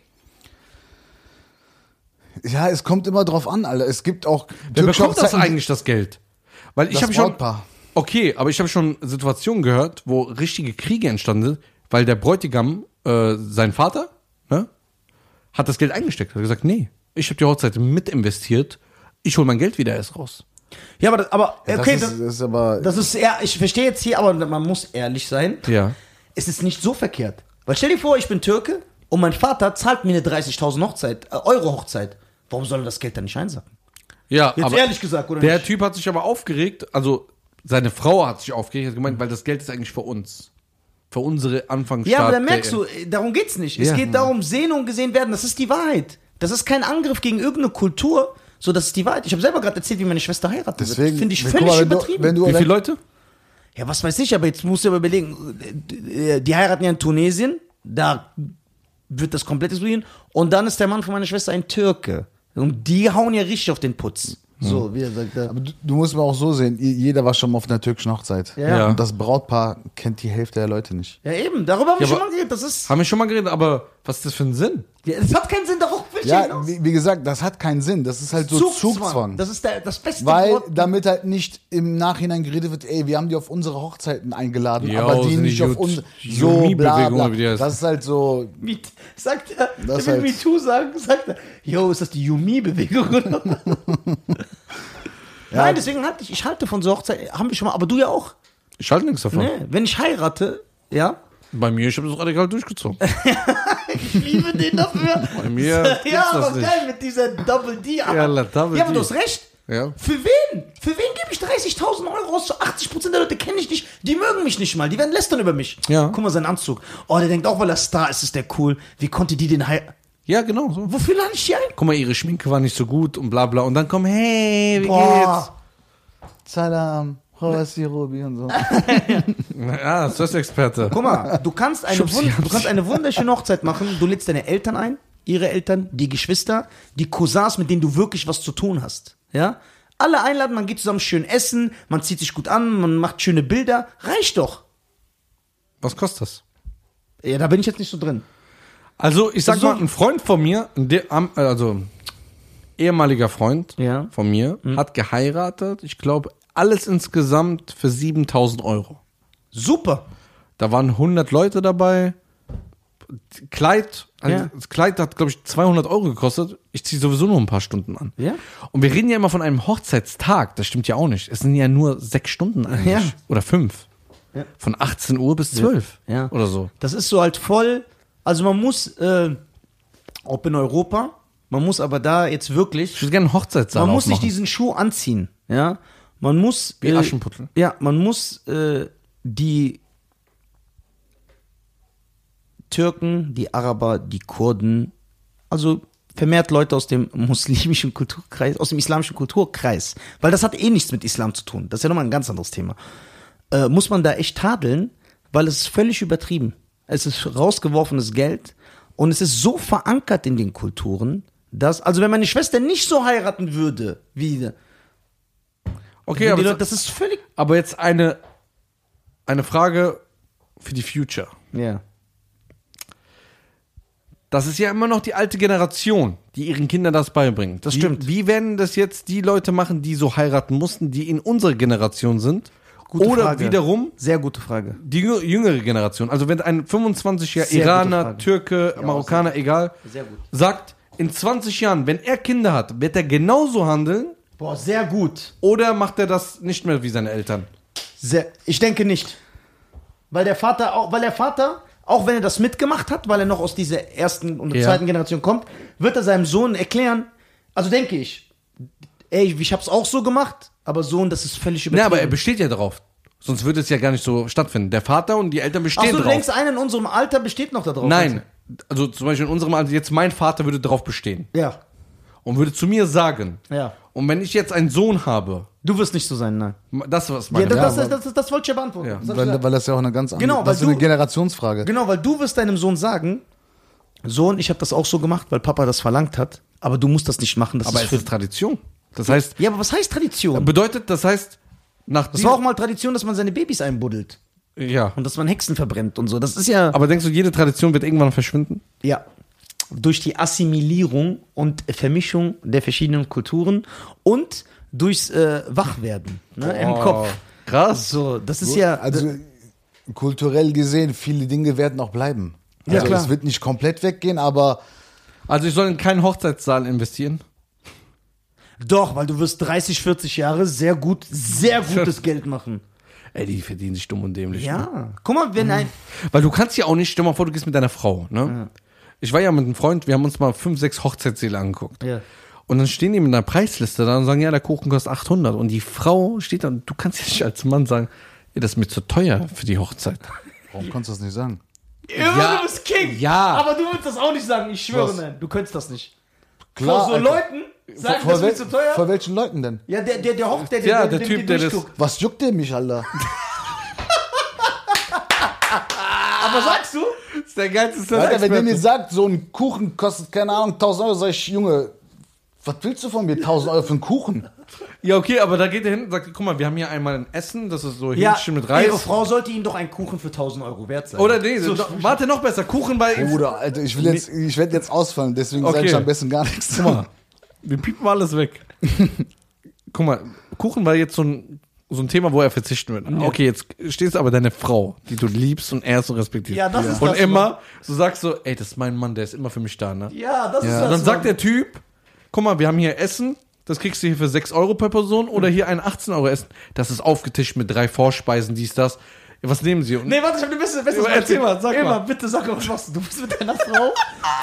Speaker 3: Ja, es kommt immer drauf an, Alter. Es gibt auch
Speaker 1: Wer
Speaker 3: türkische
Speaker 1: bekommt das
Speaker 3: Hochzeiten, die-
Speaker 1: eigentlich das Geld? Weil ich
Speaker 3: Das
Speaker 1: habe schon
Speaker 3: Brautpaar.
Speaker 1: Okay, aber ich habe schon Situationen gehört, wo richtige Kriege entstanden sind, weil der Bräutigam, äh, sein Vater, ne, hat das Geld eingesteckt, hat gesagt, nee, ich habe die Hochzeit mit investiert, ich hole mein Geld wieder erst raus.
Speaker 2: Ja, aber, das, aber
Speaker 3: Ja,
Speaker 2: okay,
Speaker 3: das
Speaker 2: das,
Speaker 3: ist, das ist aber
Speaker 2: das ist eher, ich verstehe jetzt hier, aber man muss ehrlich sein.
Speaker 1: Ja.
Speaker 2: es ist nicht so verkehrt. Weil stell dir vor, ich bin Türke und mein Vater zahlt mir eine 30.000 Hochzeit, äh, Euro Hochzeit. Warum soll er das Geld dann nicht einsacken?
Speaker 1: Ja,
Speaker 2: Jetzt
Speaker 1: aber
Speaker 2: ehrlich gesagt, oder
Speaker 1: der
Speaker 2: nicht?
Speaker 1: Typ hat sich aber aufgeregt, also seine Frau hat sich aufgeregt, hat gemeint, weil das Geld ist eigentlich für uns. Für unsere Anfangsstart.
Speaker 2: Ja, aber da merkst
Speaker 1: der-
Speaker 2: du, äh, darum geht's nicht.
Speaker 1: Ja.
Speaker 2: Es geht darum, sehen und gesehen werden. Das ist die Wahrheit. Das ist kein Angriff gegen irgendeine Kultur. So, das ist die Wahrheit. Ich habe selber gerade erzählt, wie meine Schwester heiratet.
Speaker 3: deswegen.
Speaker 2: Finde ich
Speaker 3: guck
Speaker 2: völlig
Speaker 3: mal, wenn
Speaker 2: übertrieben.
Speaker 3: Du, wenn du
Speaker 1: Wie
Speaker 2: ne?
Speaker 1: viele Leute?
Speaker 2: ja, was weiß ich, aber jetzt musst du aber überlegen, äh, die heiraten ja in Tunesien, da wird das komplett explodieren. Und dann ist der Mann von meiner Schwester ein Türke. Und die hauen ja richtig auf den Putz. So, wie er sagt. äh,
Speaker 3: aber du, du musst mal auch so sehen, i- jeder war schon mal auf einer türkischen Hochzeit.
Speaker 2: Ja, ja.
Speaker 3: Und das Brautpaar kennt die Hälfte der Leute nicht.
Speaker 2: Ja, eben, darüber haben
Speaker 1: Ja,
Speaker 2: wir schon
Speaker 1: aber-
Speaker 2: mal geredet. Das ist.
Speaker 1: Haben wir schon mal geredet, aber was ist das für ein Sinn?
Speaker 2: Ja, Das hat keinen Sinn, darauf will ich
Speaker 3: Ja,
Speaker 2: hinaus.
Speaker 3: wie, wie gesagt, das hat keinen Sinn. Das ist halt so Zugzwang.
Speaker 2: Das ist der, das beste
Speaker 3: Weil
Speaker 2: Wort.
Speaker 3: damit halt nicht im Nachhinein geredet wird, ey, wir haben die auf unsere Hochzeiten eingeladen,
Speaker 1: Ja,
Speaker 3: aber die
Speaker 1: sind die
Speaker 3: nicht auf
Speaker 1: Jut-
Speaker 3: unsere. So
Speaker 1: Jumi-Bewegung,
Speaker 3: bla, bla.
Speaker 1: wie die heißt.
Speaker 3: Das ist halt so.
Speaker 2: Wie- Sagt er, der
Speaker 3: Das
Speaker 2: will
Speaker 3: halt-
Speaker 2: Me Too sagen, sagt er, yo, ist das die Yumi-Bewegung oder was? Nein, deswegen halte ich, ich halte von so Hochzeiten, haben wir schon mal, aber du ja auch.
Speaker 1: Ich halte nichts davon.
Speaker 2: Ne? Wenn ich heirate, ja,
Speaker 1: Bei mir, ich habe das radikal durchgezogen.
Speaker 2: ich liebe den dafür.
Speaker 1: Bei mir
Speaker 2: ja,
Speaker 1: gibt's das
Speaker 2: aber
Speaker 1: nicht.
Speaker 2: geil mit dieser Double D. Ja,
Speaker 1: la, Double
Speaker 2: ja aber
Speaker 1: D.
Speaker 2: du hast recht.
Speaker 1: Ja.
Speaker 2: Für wen? Für wen gebe ich 30.000 Euro aus? Zu 80% der Leute kenne ich nicht. Die mögen mich nicht mal. Die werden lästern über mich.
Speaker 1: Ja.
Speaker 2: Guck mal, seinen Anzug. Oh, der denkt auch, weil er Star ist, ist der cool. Wie konnte die den heiraten?
Speaker 1: Ja, genau. So.
Speaker 2: Wofür lade ich die ein?
Speaker 1: Guck mal, ihre Schminke war nicht so gut und bla bla. Und dann kommen, hey, wie
Speaker 2: Boah.
Speaker 3: Salam, Hoas Ruby und so.
Speaker 1: geht's? Ja, Stress-Experte.
Speaker 2: Guck mal, du kannst, eine
Speaker 1: Schubsi,
Speaker 2: wund- du
Speaker 1: habsi.
Speaker 2: kannst eine wunderschöne Hochzeit machen. Du lädst deine Eltern ein, ihre Eltern, die Geschwister, die Cousins, mit denen du wirklich was zu tun hast. Ja? Alle einladen, man geht zusammen schön essen, man zieht sich gut an, man macht schöne Bilder. Reicht doch.
Speaker 1: Was kostet das?
Speaker 2: Ja, da bin ich jetzt nicht so drin.
Speaker 1: Also, ich sag
Speaker 2: Also-
Speaker 1: mal, ein Freund von mir, der, am- also ehemaliger Freund
Speaker 2: Ja. Hm.
Speaker 1: von mir, hat geheiratet, ich glaube, alles insgesamt für 7000 Euro.
Speaker 2: Super.
Speaker 1: Da waren 100 Leute dabei. Kleid, also,
Speaker 2: Ja.
Speaker 1: das Kleid hat, glaube ich, 200 Euro gekostet. Ich ziehe sowieso nur ein paar Stunden an.
Speaker 2: Ja.
Speaker 1: Und wir reden ja immer von einem Hochzeitstag. Das stimmt ja auch nicht. Es sind ja nur sechs Stunden eigentlich.
Speaker 2: Ja.
Speaker 1: Oder fünf.
Speaker 2: Ja.
Speaker 1: Von 18 Uhr bis 12
Speaker 2: Ja.
Speaker 1: oder so.
Speaker 2: Das ist so halt voll. Also man muss, äh, ob in Europa, man muss aber da jetzt
Speaker 1: Ich
Speaker 2: wirklich,
Speaker 1: würde gerne einen Hochzeitssaal
Speaker 2: man muss nicht
Speaker 1: aufmachen.
Speaker 2: diesen Schuh anziehen. Ja, man muss.
Speaker 1: Wie Aschenputtel.
Speaker 2: Äh, Ja, man muss äh, die Türken, die Araber, die Kurden, also vermehrt Leute aus dem muslimischen Kulturkreis, aus dem islamischen Kulturkreis, weil das hat eh nichts mit Islam zu tun. Das ist ja nochmal ein ganz anderes Thema. Äh, muss man da echt tadeln, weil es ist völlig übertrieben. Es ist rausgeworfenes Geld und es ist so verankert in den Kulturen, dass, also wenn meine Schwester nicht so heiraten würde, wie,
Speaker 1: okay,
Speaker 2: die
Speaker 1: aber,
Speaker 2: Leute, das ist völlig,
Speaker 1: aber jetzt eine, eine Frage für die Future.
Speaker 2: ja.
Speaker 1: Das ist ja immer noch die alte Generation, die ihren Kindern das beibringt. Das
Speaker 2: stimmt.
Speaker 1: Wie werden das jetzt die Leute machen, die so heiraten mussten, die in unserer Generation sind?
Speaker 2: Gute
Speaker 1: Oder
Speaker 2: Frage.
Speaker 1: wiederum
Speaker 2: Sehr gute Frage.
Speaker 1: die jüng- jüngere Generation. Also wenn ein 25-jähriger
Speaker 2: Sehr gute
Speaker 1: Iraner,
Speaker 2: Frage.
Speaker 1: Türke, Marokkaner, egal,
Speaker 2: Sehr gut.
Speaker 1: sagt, in 20 Jahren, wenn er Kinder hat, wird er genauso handeln
Speaker 2: Boah, sehr gut.
Speaker 1: oder macht er das nicht mehr wie seine Eltern?
Speaker 2: Sehr, ich denke nicht. Weil der Vater, auch, weil der Vater, auch wenn er das mitgemacht hat, weil er noch aus dieser ersten und
Speaker 1: Ja.
Speaker 2: zweiten Generation kommt, wird er seinem Sohn erklären, also denke ich, ey, ich hab's auch so gemacht, aber Sohn, das ist völlig
Speaker 1: Na,
Speaker 2: übertrieben.
Speaker 1: aber er besteht ja drauf. Sonst würde es ja gar nicht so stattfinden. Der Vater und die Eltern
Speaker 2: Ach
Speaker 1: bestehen
Speaker 2: so, du
Speaker 1: drauf.
Speaker 2: denkst, einer in unserem Alter besteht noch da drauf.
Speaker 1: Nein. Also zum Beispiel in unserem Alter, jetzt mein Vater würde darauf bestehen
Speaker 2: Also, Ja,
Speaker 1: und würde zu mir sagen,
Speaker 2: ja.
Speaker 1: und wenn ich jetzt einen Sohn habe,
Speaker 2: Du wirst nicht so sein, nein.
Speaker 1: das was
Speaker 2: Ja,
Speaker 1: meine
Speaker 2: das, das,
Speaker 3: aber-
Speaker 2: das, das, das, wollte ich ja beantworten.
Speaker 1: Ja.
Speaker 2: Das hab ich
Speaker 3: Weil, weil das ja auch eine ganz andere.
Speaker 2: Genau,
Speaker 3: das ist
Speaker 2: weil
Speaker 3: eine
Speaker 2: du-
Speaker 3: Generationsfrage.
Speaker 2: Genau, weil du wirst deinem Sohn sagen, Sohn, ich habe das auch so gemacht, weil Papa das verlangt hat, aber du musst das nicht machen. Das
Speaker 1: aber
Speaker 2: ist
Speaker 1: es
Speaker 2: für
Speaker 1: ist Tradition. Das heißt,
Speaker 2: Ja, aber was heißt Tradition?
Speaker 1: bedeutet, das heißt, nach
Speaker 2: Das war auch mal Tradition, dass man seine Babys einbuddelt
Speaker 1: ja.
Speaker 2: und dass man Hexen verbrennt und so. Das ist ja,
Speaker 1: Aber denkst du, jede Tradition wird irgendwann verschwinden?
Speaker 2: ja durch die Assimilierung und Vermischung der verschiedenen Kulturen und durchs äh, Wachwerden ne, im
Speaker 1: Oh,
Speaker 2: Kopf.
Speaker 1: Krass.
Speaker 2: So, das ist ja.
Speaker 3: Also kulturell gesehen, viele Dinge werden auch bleiben.
Speaker 2: Ja,
Speaker 3: also
Speaker 2: klar.
Speaker 3: es wird nicht komplett weggehen, aber
Speaker 1: Also ich soll in keinen Hochzeitssaal investieren.
Speaker 2: doch, weil du wirst 30, 40 Jahre sehr gut, sehr gutes Geld machen.
Speaker 1: Ey, die verdienen sich dumm und dämlich. ne?
Speaker 2: Ja. Guck mal, wenn ein.
Speaker 1: Weil du kannst ja auch nicht, stell mal vor, du gehst mit deiner Frau, ne? Ich war ja mit einem Freund, wir haben uns mal fünf, sechs Hochzeitssäle angeguckt.
Speaker 2: Ja.
Speaker 1: Und dann stehen die mit einer Preisliste da und sagen, ja, der Kuchen kostet 800. Und die Frau steht da, und du kannst ja nicht als Mann sagen, ja, das ist mir zu teuer für die Hochzeit.
Speaker 3: warum konntest du das nicht sagen?
Speaker 2: Immer
Speaker 1: Ja.
Speaker 2: du bist King.
Speaker 1: Ja.
Speaker 2: Aber du willst das auch nicht sagen, ich schwöre,
Speaker 3: Was?
Speaker 2: nein. Du könntest das nicht.
Speaker 3: Klar,
Speaker 2: vor so
Speaker 3: Alter.
Speaker 2: Leuten sagen, das
Speaker 3: wel-
Speaker 2: ist mir zu teuer.
Speaker 3: vor welchen Leuten denn?
Speaker 2: ja, der, der, der hofft, der, der,
Speaker 1: Ja, der
Speaker 2: dem-
Speaker 1: Typ,
Speaker 2: dem
Speaker 1: der das-
Speaker 2: durchguckt.
Speaker 3: Was juckt denn mich, Alter?
Speaker 2: Aber sagst du?
Speaker 1: Das ist der geilste
Speaker 3: Alter, wenn der mir sagt, so ein Kuchen kostet, keine Ahnung, 1000 Euro, sag ich, Junge, Was willst du von mir? 1000 Euro für einen Kuchen?
Speaker 1: Ja, okay, aber da geht er hin und sagt, guck mal, wir haben hier einmal ein Essen, das ist so
Speaker 2: Ja,
Speaker 1: Hähnchen mit Reis.
Speaker 2: ihre Frau sollte ihnen doch einen Kuchen für 1000 Euro wert sein.
Speaker 1: Oder nee, so, warte noch besser, Kuchen bei.
Speaker 3: Bruder, Alter, ich, will jetzt, ich werde jetzt ausfallen, deswegen sage
Speaker 1: Okay.
Speaker 3: ich am besten gar nichts.
Speaker 1: Guck mal, wir piepen alles weg. Guck mal, Kuchen war jetzt so ein, so ein Thema, wo er verzichten würde. Okay, jetzt stehst du aber deine Frau, die du liebst und ehrst und respektierst.
Speaker 2: Ja, das ist
Speaker 1: Und
Speaker 2: das,
Speaker 1: immer, so sagst du, ey, das ist mein Mann, der ist immer für mich da, ne?
Speaker 2: Ja, das ist das.
Speaker 1: Und dann sagt
Speaker 2: Mann.
Speaker 1: der Typ, guck mal, wir haben hier Essen, das kriegst du hier für 6 Euro per Person
Speaker 2: Mhm.
Speaker 1: oder hier ein 18 Euro Essen. Das ist aufgetischt mit drei Vorspeisen, dies, das. Ja, Was nehmen sie? Und
Speaker 2: Nee, warte, ich hab eine beste, beste
Speaker 1: Ja, erzähl mal, sag
Speaker 2: Immer,
Speaker 1: mal.
Speaker 2: bitte sag mal, was machst du? Du bist mit deiner Frau?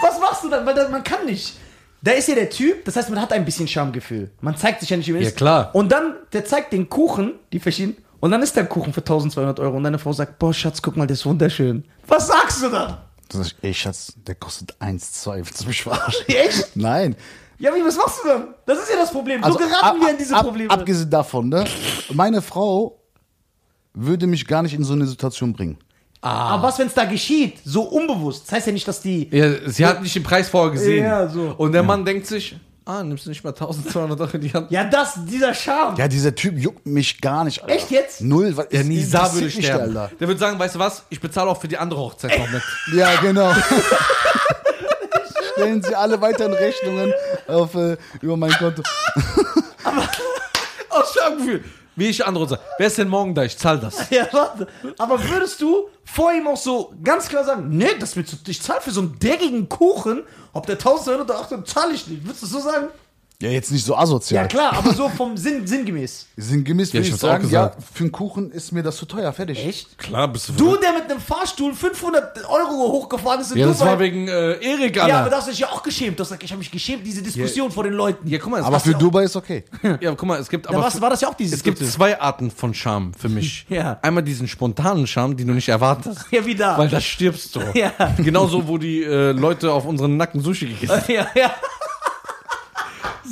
Speaker 2: was machst du dann? Weil da- man kann nicht. Da ist ja der Typ, das heißt, man hat ein bisschen Schamgefühl. Man zeigt sich ja nicht, wie man
Speaker 1: Ja,
Speaker 2: ist.
Speaker 1: klar.
Speaker 2: Und dann, der zeigt den Kuchen, die verschiedenen, und dann ist der Kuchen für 1200 Euro und deine Frau sagt, boah, Schatz, guck mal, der ist wunderschön. Was sagst du dann?
Speaker 3: Sag ich, ey, Schatz, der kostet 1, 2, willst du mich verarschen?
Speaker 2: Echt?
Speaker 3: Nein. Also,
Speaker 2: Ja, wie, was machst du dann? Das ist ja das Problem.
Speaker 1: Also,
Speaker 2: so geraten
Speaker 3: ab-
Speaker 2: wir in diese
Speaker 3: ab,
Speaker 2: Probleme.
Speaker 3: Abgesehen davon, ne? Meine Frau würde mich gar nicht in so eine Situation bringen.
Speaker 2: Aber was, wenn es da geschieht? So unbewusst. Das heißt ja nicht, dass die.
Speaker 1: Ja, sie hat nicht den Preis vorgesehen.
Speaker 2: Ja, so.
Speaker 1: Und der Mann denkt sich, ah, nimmst du nicht mal 1200 Euro in die Hand?
Speaker 2: Ja, das, dieser Charme.
Speaker 3: Ja, dieser Typ juckt mich gar nicht. Alter.
Speaker 2: Echt jetzt?
Speaker 3: Null. Was
Speaker 1: Der
Speaker 3: ist-
Speaker 1: Nisa
Speaker 3: interessiert
Speaker 1: würde
Speaker 3: mich der,
Speaker 1: sterben. Der,
Speaker 3: Alter.
Speaker 1: würde sagen, weißt du was, ich bezahle auch für die andere Hochzeit noch mit.
Speaker 3: Ja, genau. Stellen Sie alle weiteren Rechnungen auf, äh, über mein Konto.
Speaker 1: Aus Schamgefühl. Wie ich andere sage, wer ist denn morgen da? Ich zahle das.
Speaker 2: Ja, warte. Aber würdest du vor ihm auch so ganz klar sagen, nee, das willst du, ich zahle für so einen dreckigen Kuchen, ob der 1000 oder 800, zahle ich nicht. Würdest du so sagen?
Speaker 3: Ja, jetzt nicht so
Speaker 2: Ja,
Speaker 3: asozial.
Speaker 2: klar, aber so vom Sinn, sinngemäß.
Speaker 3: Sinngemäß würde
Speaker 1: ich
Speaker 3: ich
Speaker 1: hab's auch
Speaker 3: sagen, ja,
Speaker 1: gesagt.
Speaker 3: für einen Kuchen ist mir das zu teuer. Fertig.
Speaker 2: Echt?
Speaker 1: Klar, bist
Speaker 2: Du, der mit einem Fahrstuhl 500 Euro hochgefahren ist in
Speaker 1: Ja, das war
Speaker 2: Dubai.
Speaker 1: wegen äh, Erik, Alter.
Speaker 2: ja, aber da hast du dich ja auch geschämt. Du hast gesagt, ich habe mich geschämt, diese Diskussion vor den Leuten.
Speaker 1: ja, guck mal, es,
Speaker 3: Aber für Dubai ist okay.
Speaker 1: ja, guck mal, es gibt
Speaker 2: da
Speaker 1: aber
Speaker 2: war's, war das ja auch diese
Speaker 1: es gibt
Speaker 2: Diskussion.
Speaker 1: zwei Arten von Scham für mich.
Speaker 2: Ja.
Speaker 1: Einmal diesen spontanen Scham, den du nicht erwartest,
Speaker 2: Ja, wie da.
Speaker 1: weil da stirbst du.
Speaker 2: Ja.
Speaker 1: Genauso, wo die äh, Leute auf unseren Nacken Sushi gegessen haben.
Speaker 2: ja, ja.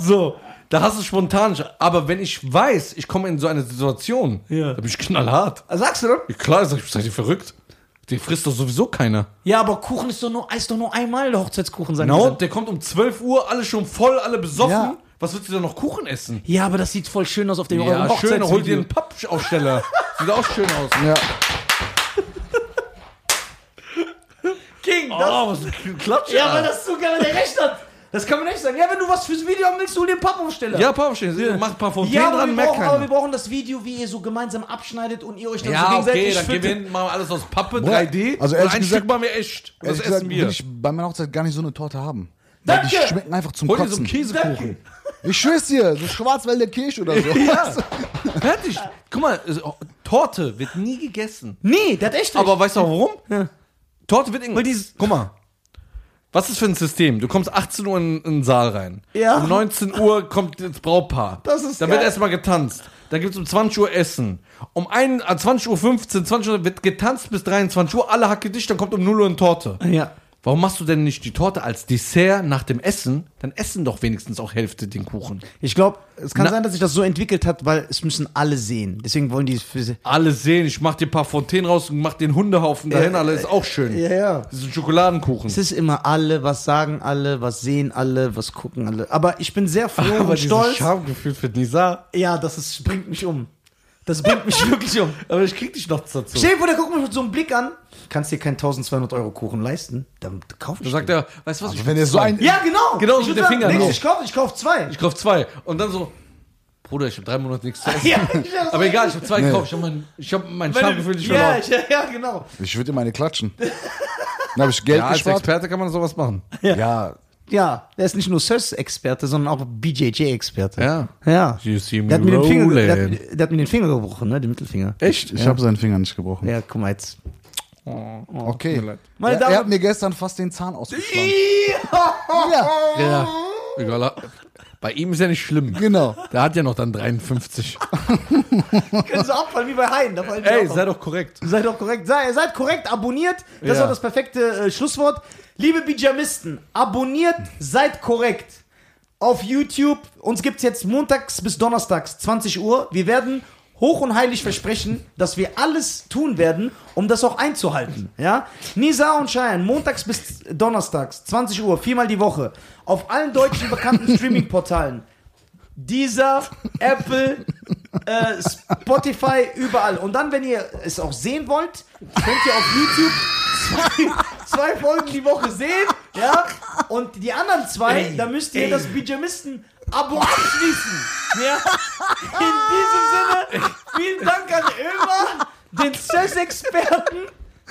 Speaker 1: So, da hast du spontan. Aber wenn ich weiß, ich komme in so eine Situation,
Speaker 2: Ja.
Speaker 1: da bin ich knallhart.
Speaker 2: Sagst du dann?
Speaker 1: Ja, klar, sag ich, seid ihr verrückt? Den frisst doch sowieso keiner.
Speaker 2: Ja, aber Kuchen ist doch nur, ist doch nur einmal der Hochzeitskuchen, sagen
Speaker 1: Genau,
Speaker 2: die
Speaker 1: der kommt um 12 Uhr, alle schon voll, alle besoffen.
Speaker 3: Ja.
Speaker 1: Was willst du denn noch Kuchen essen?
Speaker 2: dann. Ja, aber das sieht voll schön aus auf dem eurem
Speaker 1: Ja, schön, hol dir
Speaker 2: Hochzeitsvideo.
Speaker 1: einen Pappaufsteller. Sieht auch schön aus.
Speaker 3: Ja.
Speaker 2: King, das,
Speaker 1: Oh, was ein Klatsch.
Speaker 2: Ja, weil das so geil, wenn der recht hat. Das kann man echt sagen. Ja, wenn du was fürs Video haben willst, hol dir einen Pappaufsteller.
Speaker 1: Ja, Pappaufsteller. Mach ein paar Fontänen
Speaker 2: ja aber,
Speaker 1: dran,
Speaker 2: wir
Speaker 1: merkt
Speaker 2: brauchen, aber wir
Speaker 1: keiner.
Speaker 2: brauchen das Video, wie ihr so gemeinsam abschneidet und ihr euch dann so
Speaker 1: Ja, okay,
Speaker 2: gegenseitig
Speaker 1: dann gehen wir
Speaker 2: füttert.
Speaker 1: hin, machen wir alles aus Pappe,
Speaker 3: Boah,
Speaker 1: 3D.
Speaker 3: also
Speaker 1: und
Speaker 3: ehrlich
Speaker 1: ein
Speaker 3: gesagt-
Speaker 1: Stück machen wir echt. Und das
Speaker 3: Ehrlich gesagt,
Speaker 1: essen
Speaker 3: will
Speaker 1: wir.
Speaker 3: ich bei meiner Hochzeit gar nicht so eine Torte haben. Weil
Speaker 2: Danke.
Speaker 3: Die schmecken einfach zum
Speaker 1: Hol dir so einen
Speaker 3: Kotzen.
Speaker 1: Käsekuchen.
Speaker 3: ich schwör's dir, so Schwarzwälder Kirsch oder so.
Speaker 1: Ja. Fertig. Guck mal, es- oh, Torte wird nie gegessen.
Speaker 2: Nee, der hat echt recht.
Speaker 1: Aber weißt du auch warum? Torte wird irgendwie. Guck mal. Was ist für ein System? Du kommst 18 Uhr in, in den Saal rein.
Speaker 2: Ja.
Speaker 1: Um 19 Uhr kommt das Brautpaar.
Speaker 2: Das ist
Speaker 1: Dann
Speaker 2: geil.
Speaker 1: wird erstmal getanzt. Dann gibt's um 20 Uhr Essen. Um 1, äh, 20 Uhr 15, 20 Uhr wird getanzt bis 23 Uhr. Alle hacke dich, dann kommt um 0 Uhr eine Torte.
Speaker 2: ja.
Speaker 1: Warum machst du denn nicht die Torte als Dessert nach dem Essen? Dann essen doch wenigstens auch Hälfte den Kuchen.
Speaker 2: Ich glaube, es kann
Speaker 1: Na-
Speaker 2: sein, dass sich das so entwickelt hat, weil es müssen alle sehen. Deswegen wollen die es für sie.
Speaker 1: Alle sehen, ich mach dir ein paar Fontänen raus und mach den Hundehaufen dahin, alle ist auch schön.
Speaker 2: Ja, ja.
Speaker 1: Das ist ein Schokoladenkuchen.
Speaker 2: Es ist immer alle, was sagen alle, was sehen alle, was gucken alle. Aber ich bin sehr froh und stolz.
Speaker 1: Schamgefühl für Nisa.
Speaker 2: Ja, das ist, bringt mich um. Das bringt mich wirklich um.
Speaker 1: Aber ich krieg dich noch dazu.
Speaker 2: Stell dir vor, der guckt mich mit so einem Blick an. Kannst dir keinen 1200 Euro Kuchen leisten? Dann kauf
Speaker 1: Dann
Speaker 2: ich.
Speaker 1: sagt er, weißt du was, ich,
Speaker 3: Wenn ihr so ein.
Speaker 2: Ja, genau.
Speaker 1: Genau,
Speaker 2: ich
Speaker 1: mit
Speaker 2: würd
Speaker 1: dem Finger,
Speaker 2: sagen, nix,
Speaker 1: genau.
Speaker 2: Ich kauf, ich kauf zwei.
Speaker 1: ich kauf zwei. Und dann so, Bruder, ich hab drei Monate nichts zu essen.
Speaker 2: ja, ich
Speaker 1: Aber egal, ich hab zwei gekauft, ich hab mein, ich hab mein Schamgefühl nicht
Speaker 2: ja,
Speaker 1: verloren.
Speaker 2: ich, ja, genau.
Speaker 3: Ich würde meine klatschen. Dann habe ich Geld gespart.
Speaker 1: Experte kann man sowas machen.
Speaker 3: Ja.
Speaker 2: Ja, er ist nicht nur SES-Experte, sondern auch BJJ-Experte.
Speaker 1: Ja.
Speaker 2: Ja.
Speaker 1: You see me
Speaker 2: Der hat, mir den Finger, der,
Speaker 1: rolling.
Speaker 2: hat, der hat mir den Finger gebrochen, ne? Den Mittelfinger.
Speaker 1: Echt?
Speaker 3: Ich habe seinen Finger nicht gebrochen.
Speaker 2: Ja, guck mal jetzt.
Speaker 1: Tut mir
Speaker 3: Okay.
Speaker 1: leid.
Speaker 2: Meine
Speaker 3: ja,
Speaker 2: Damen-
Speaker 3: er hat mir gestern fast den Zahn ausgeschlagen.
Speaker 2: Ja.
Speaker 1: Ja. Egal. Bei ihm ist ja nicht schlimm.
Speaker 3: Genau.
Speaker 1: Der hat ja noch dann 53.
Speaker 2: Können Sie abfallen wie bei Haien. Da fallen die
Speaker 1: Ey,
Speaker 2: auch
Speaker 1: sei doch korrekt.
Speaker 2: Seid doch korrekt. Sei, seid korrekt, abonniert. Das
Speaker 1: Ja.
Speaker 2: war das perfekte äh, Schlusswort. Liebe Bijamisten, abonniert, seid korrekt. Auf YouTube. Uns gibt's jetzt montags bis donnerstags, 20 Uhr. Wir werden hoch und heilig versprechen, dass wir alles tun werden, um das auch einzuhalten. Ja? Nisa und Cheyenne, montags bis donnerstags, 20 Uhr, viermal die Woche, auf allen deutschen bekannten Streaming-Portalen. Dieser, Apple, äh, Spotify, überall. Und dann, wenn ihr es auch sehen wollt, könnt ihr auf YouTube zwei, zwei Folgen die Woche sehen. Ja? Und die anderen zwei, da müsst ihr das Pyjamisten-Abo abschließen. Ja? In diesem Sinne, vielen Dank an Ömer, den Sess-Experten.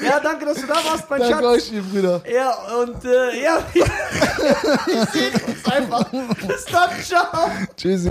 Speaker 2: Ja, danke, dass du da warst, mein
Speaker 3: Danke
Speaker 2: Schatz.
Speaker 3: euch, ihr Brüder.
Speaker 2: Ja, und äh, ja, ich sehe uns einfach. Bis dann, ciao.
Speaker 3: Tschüssi.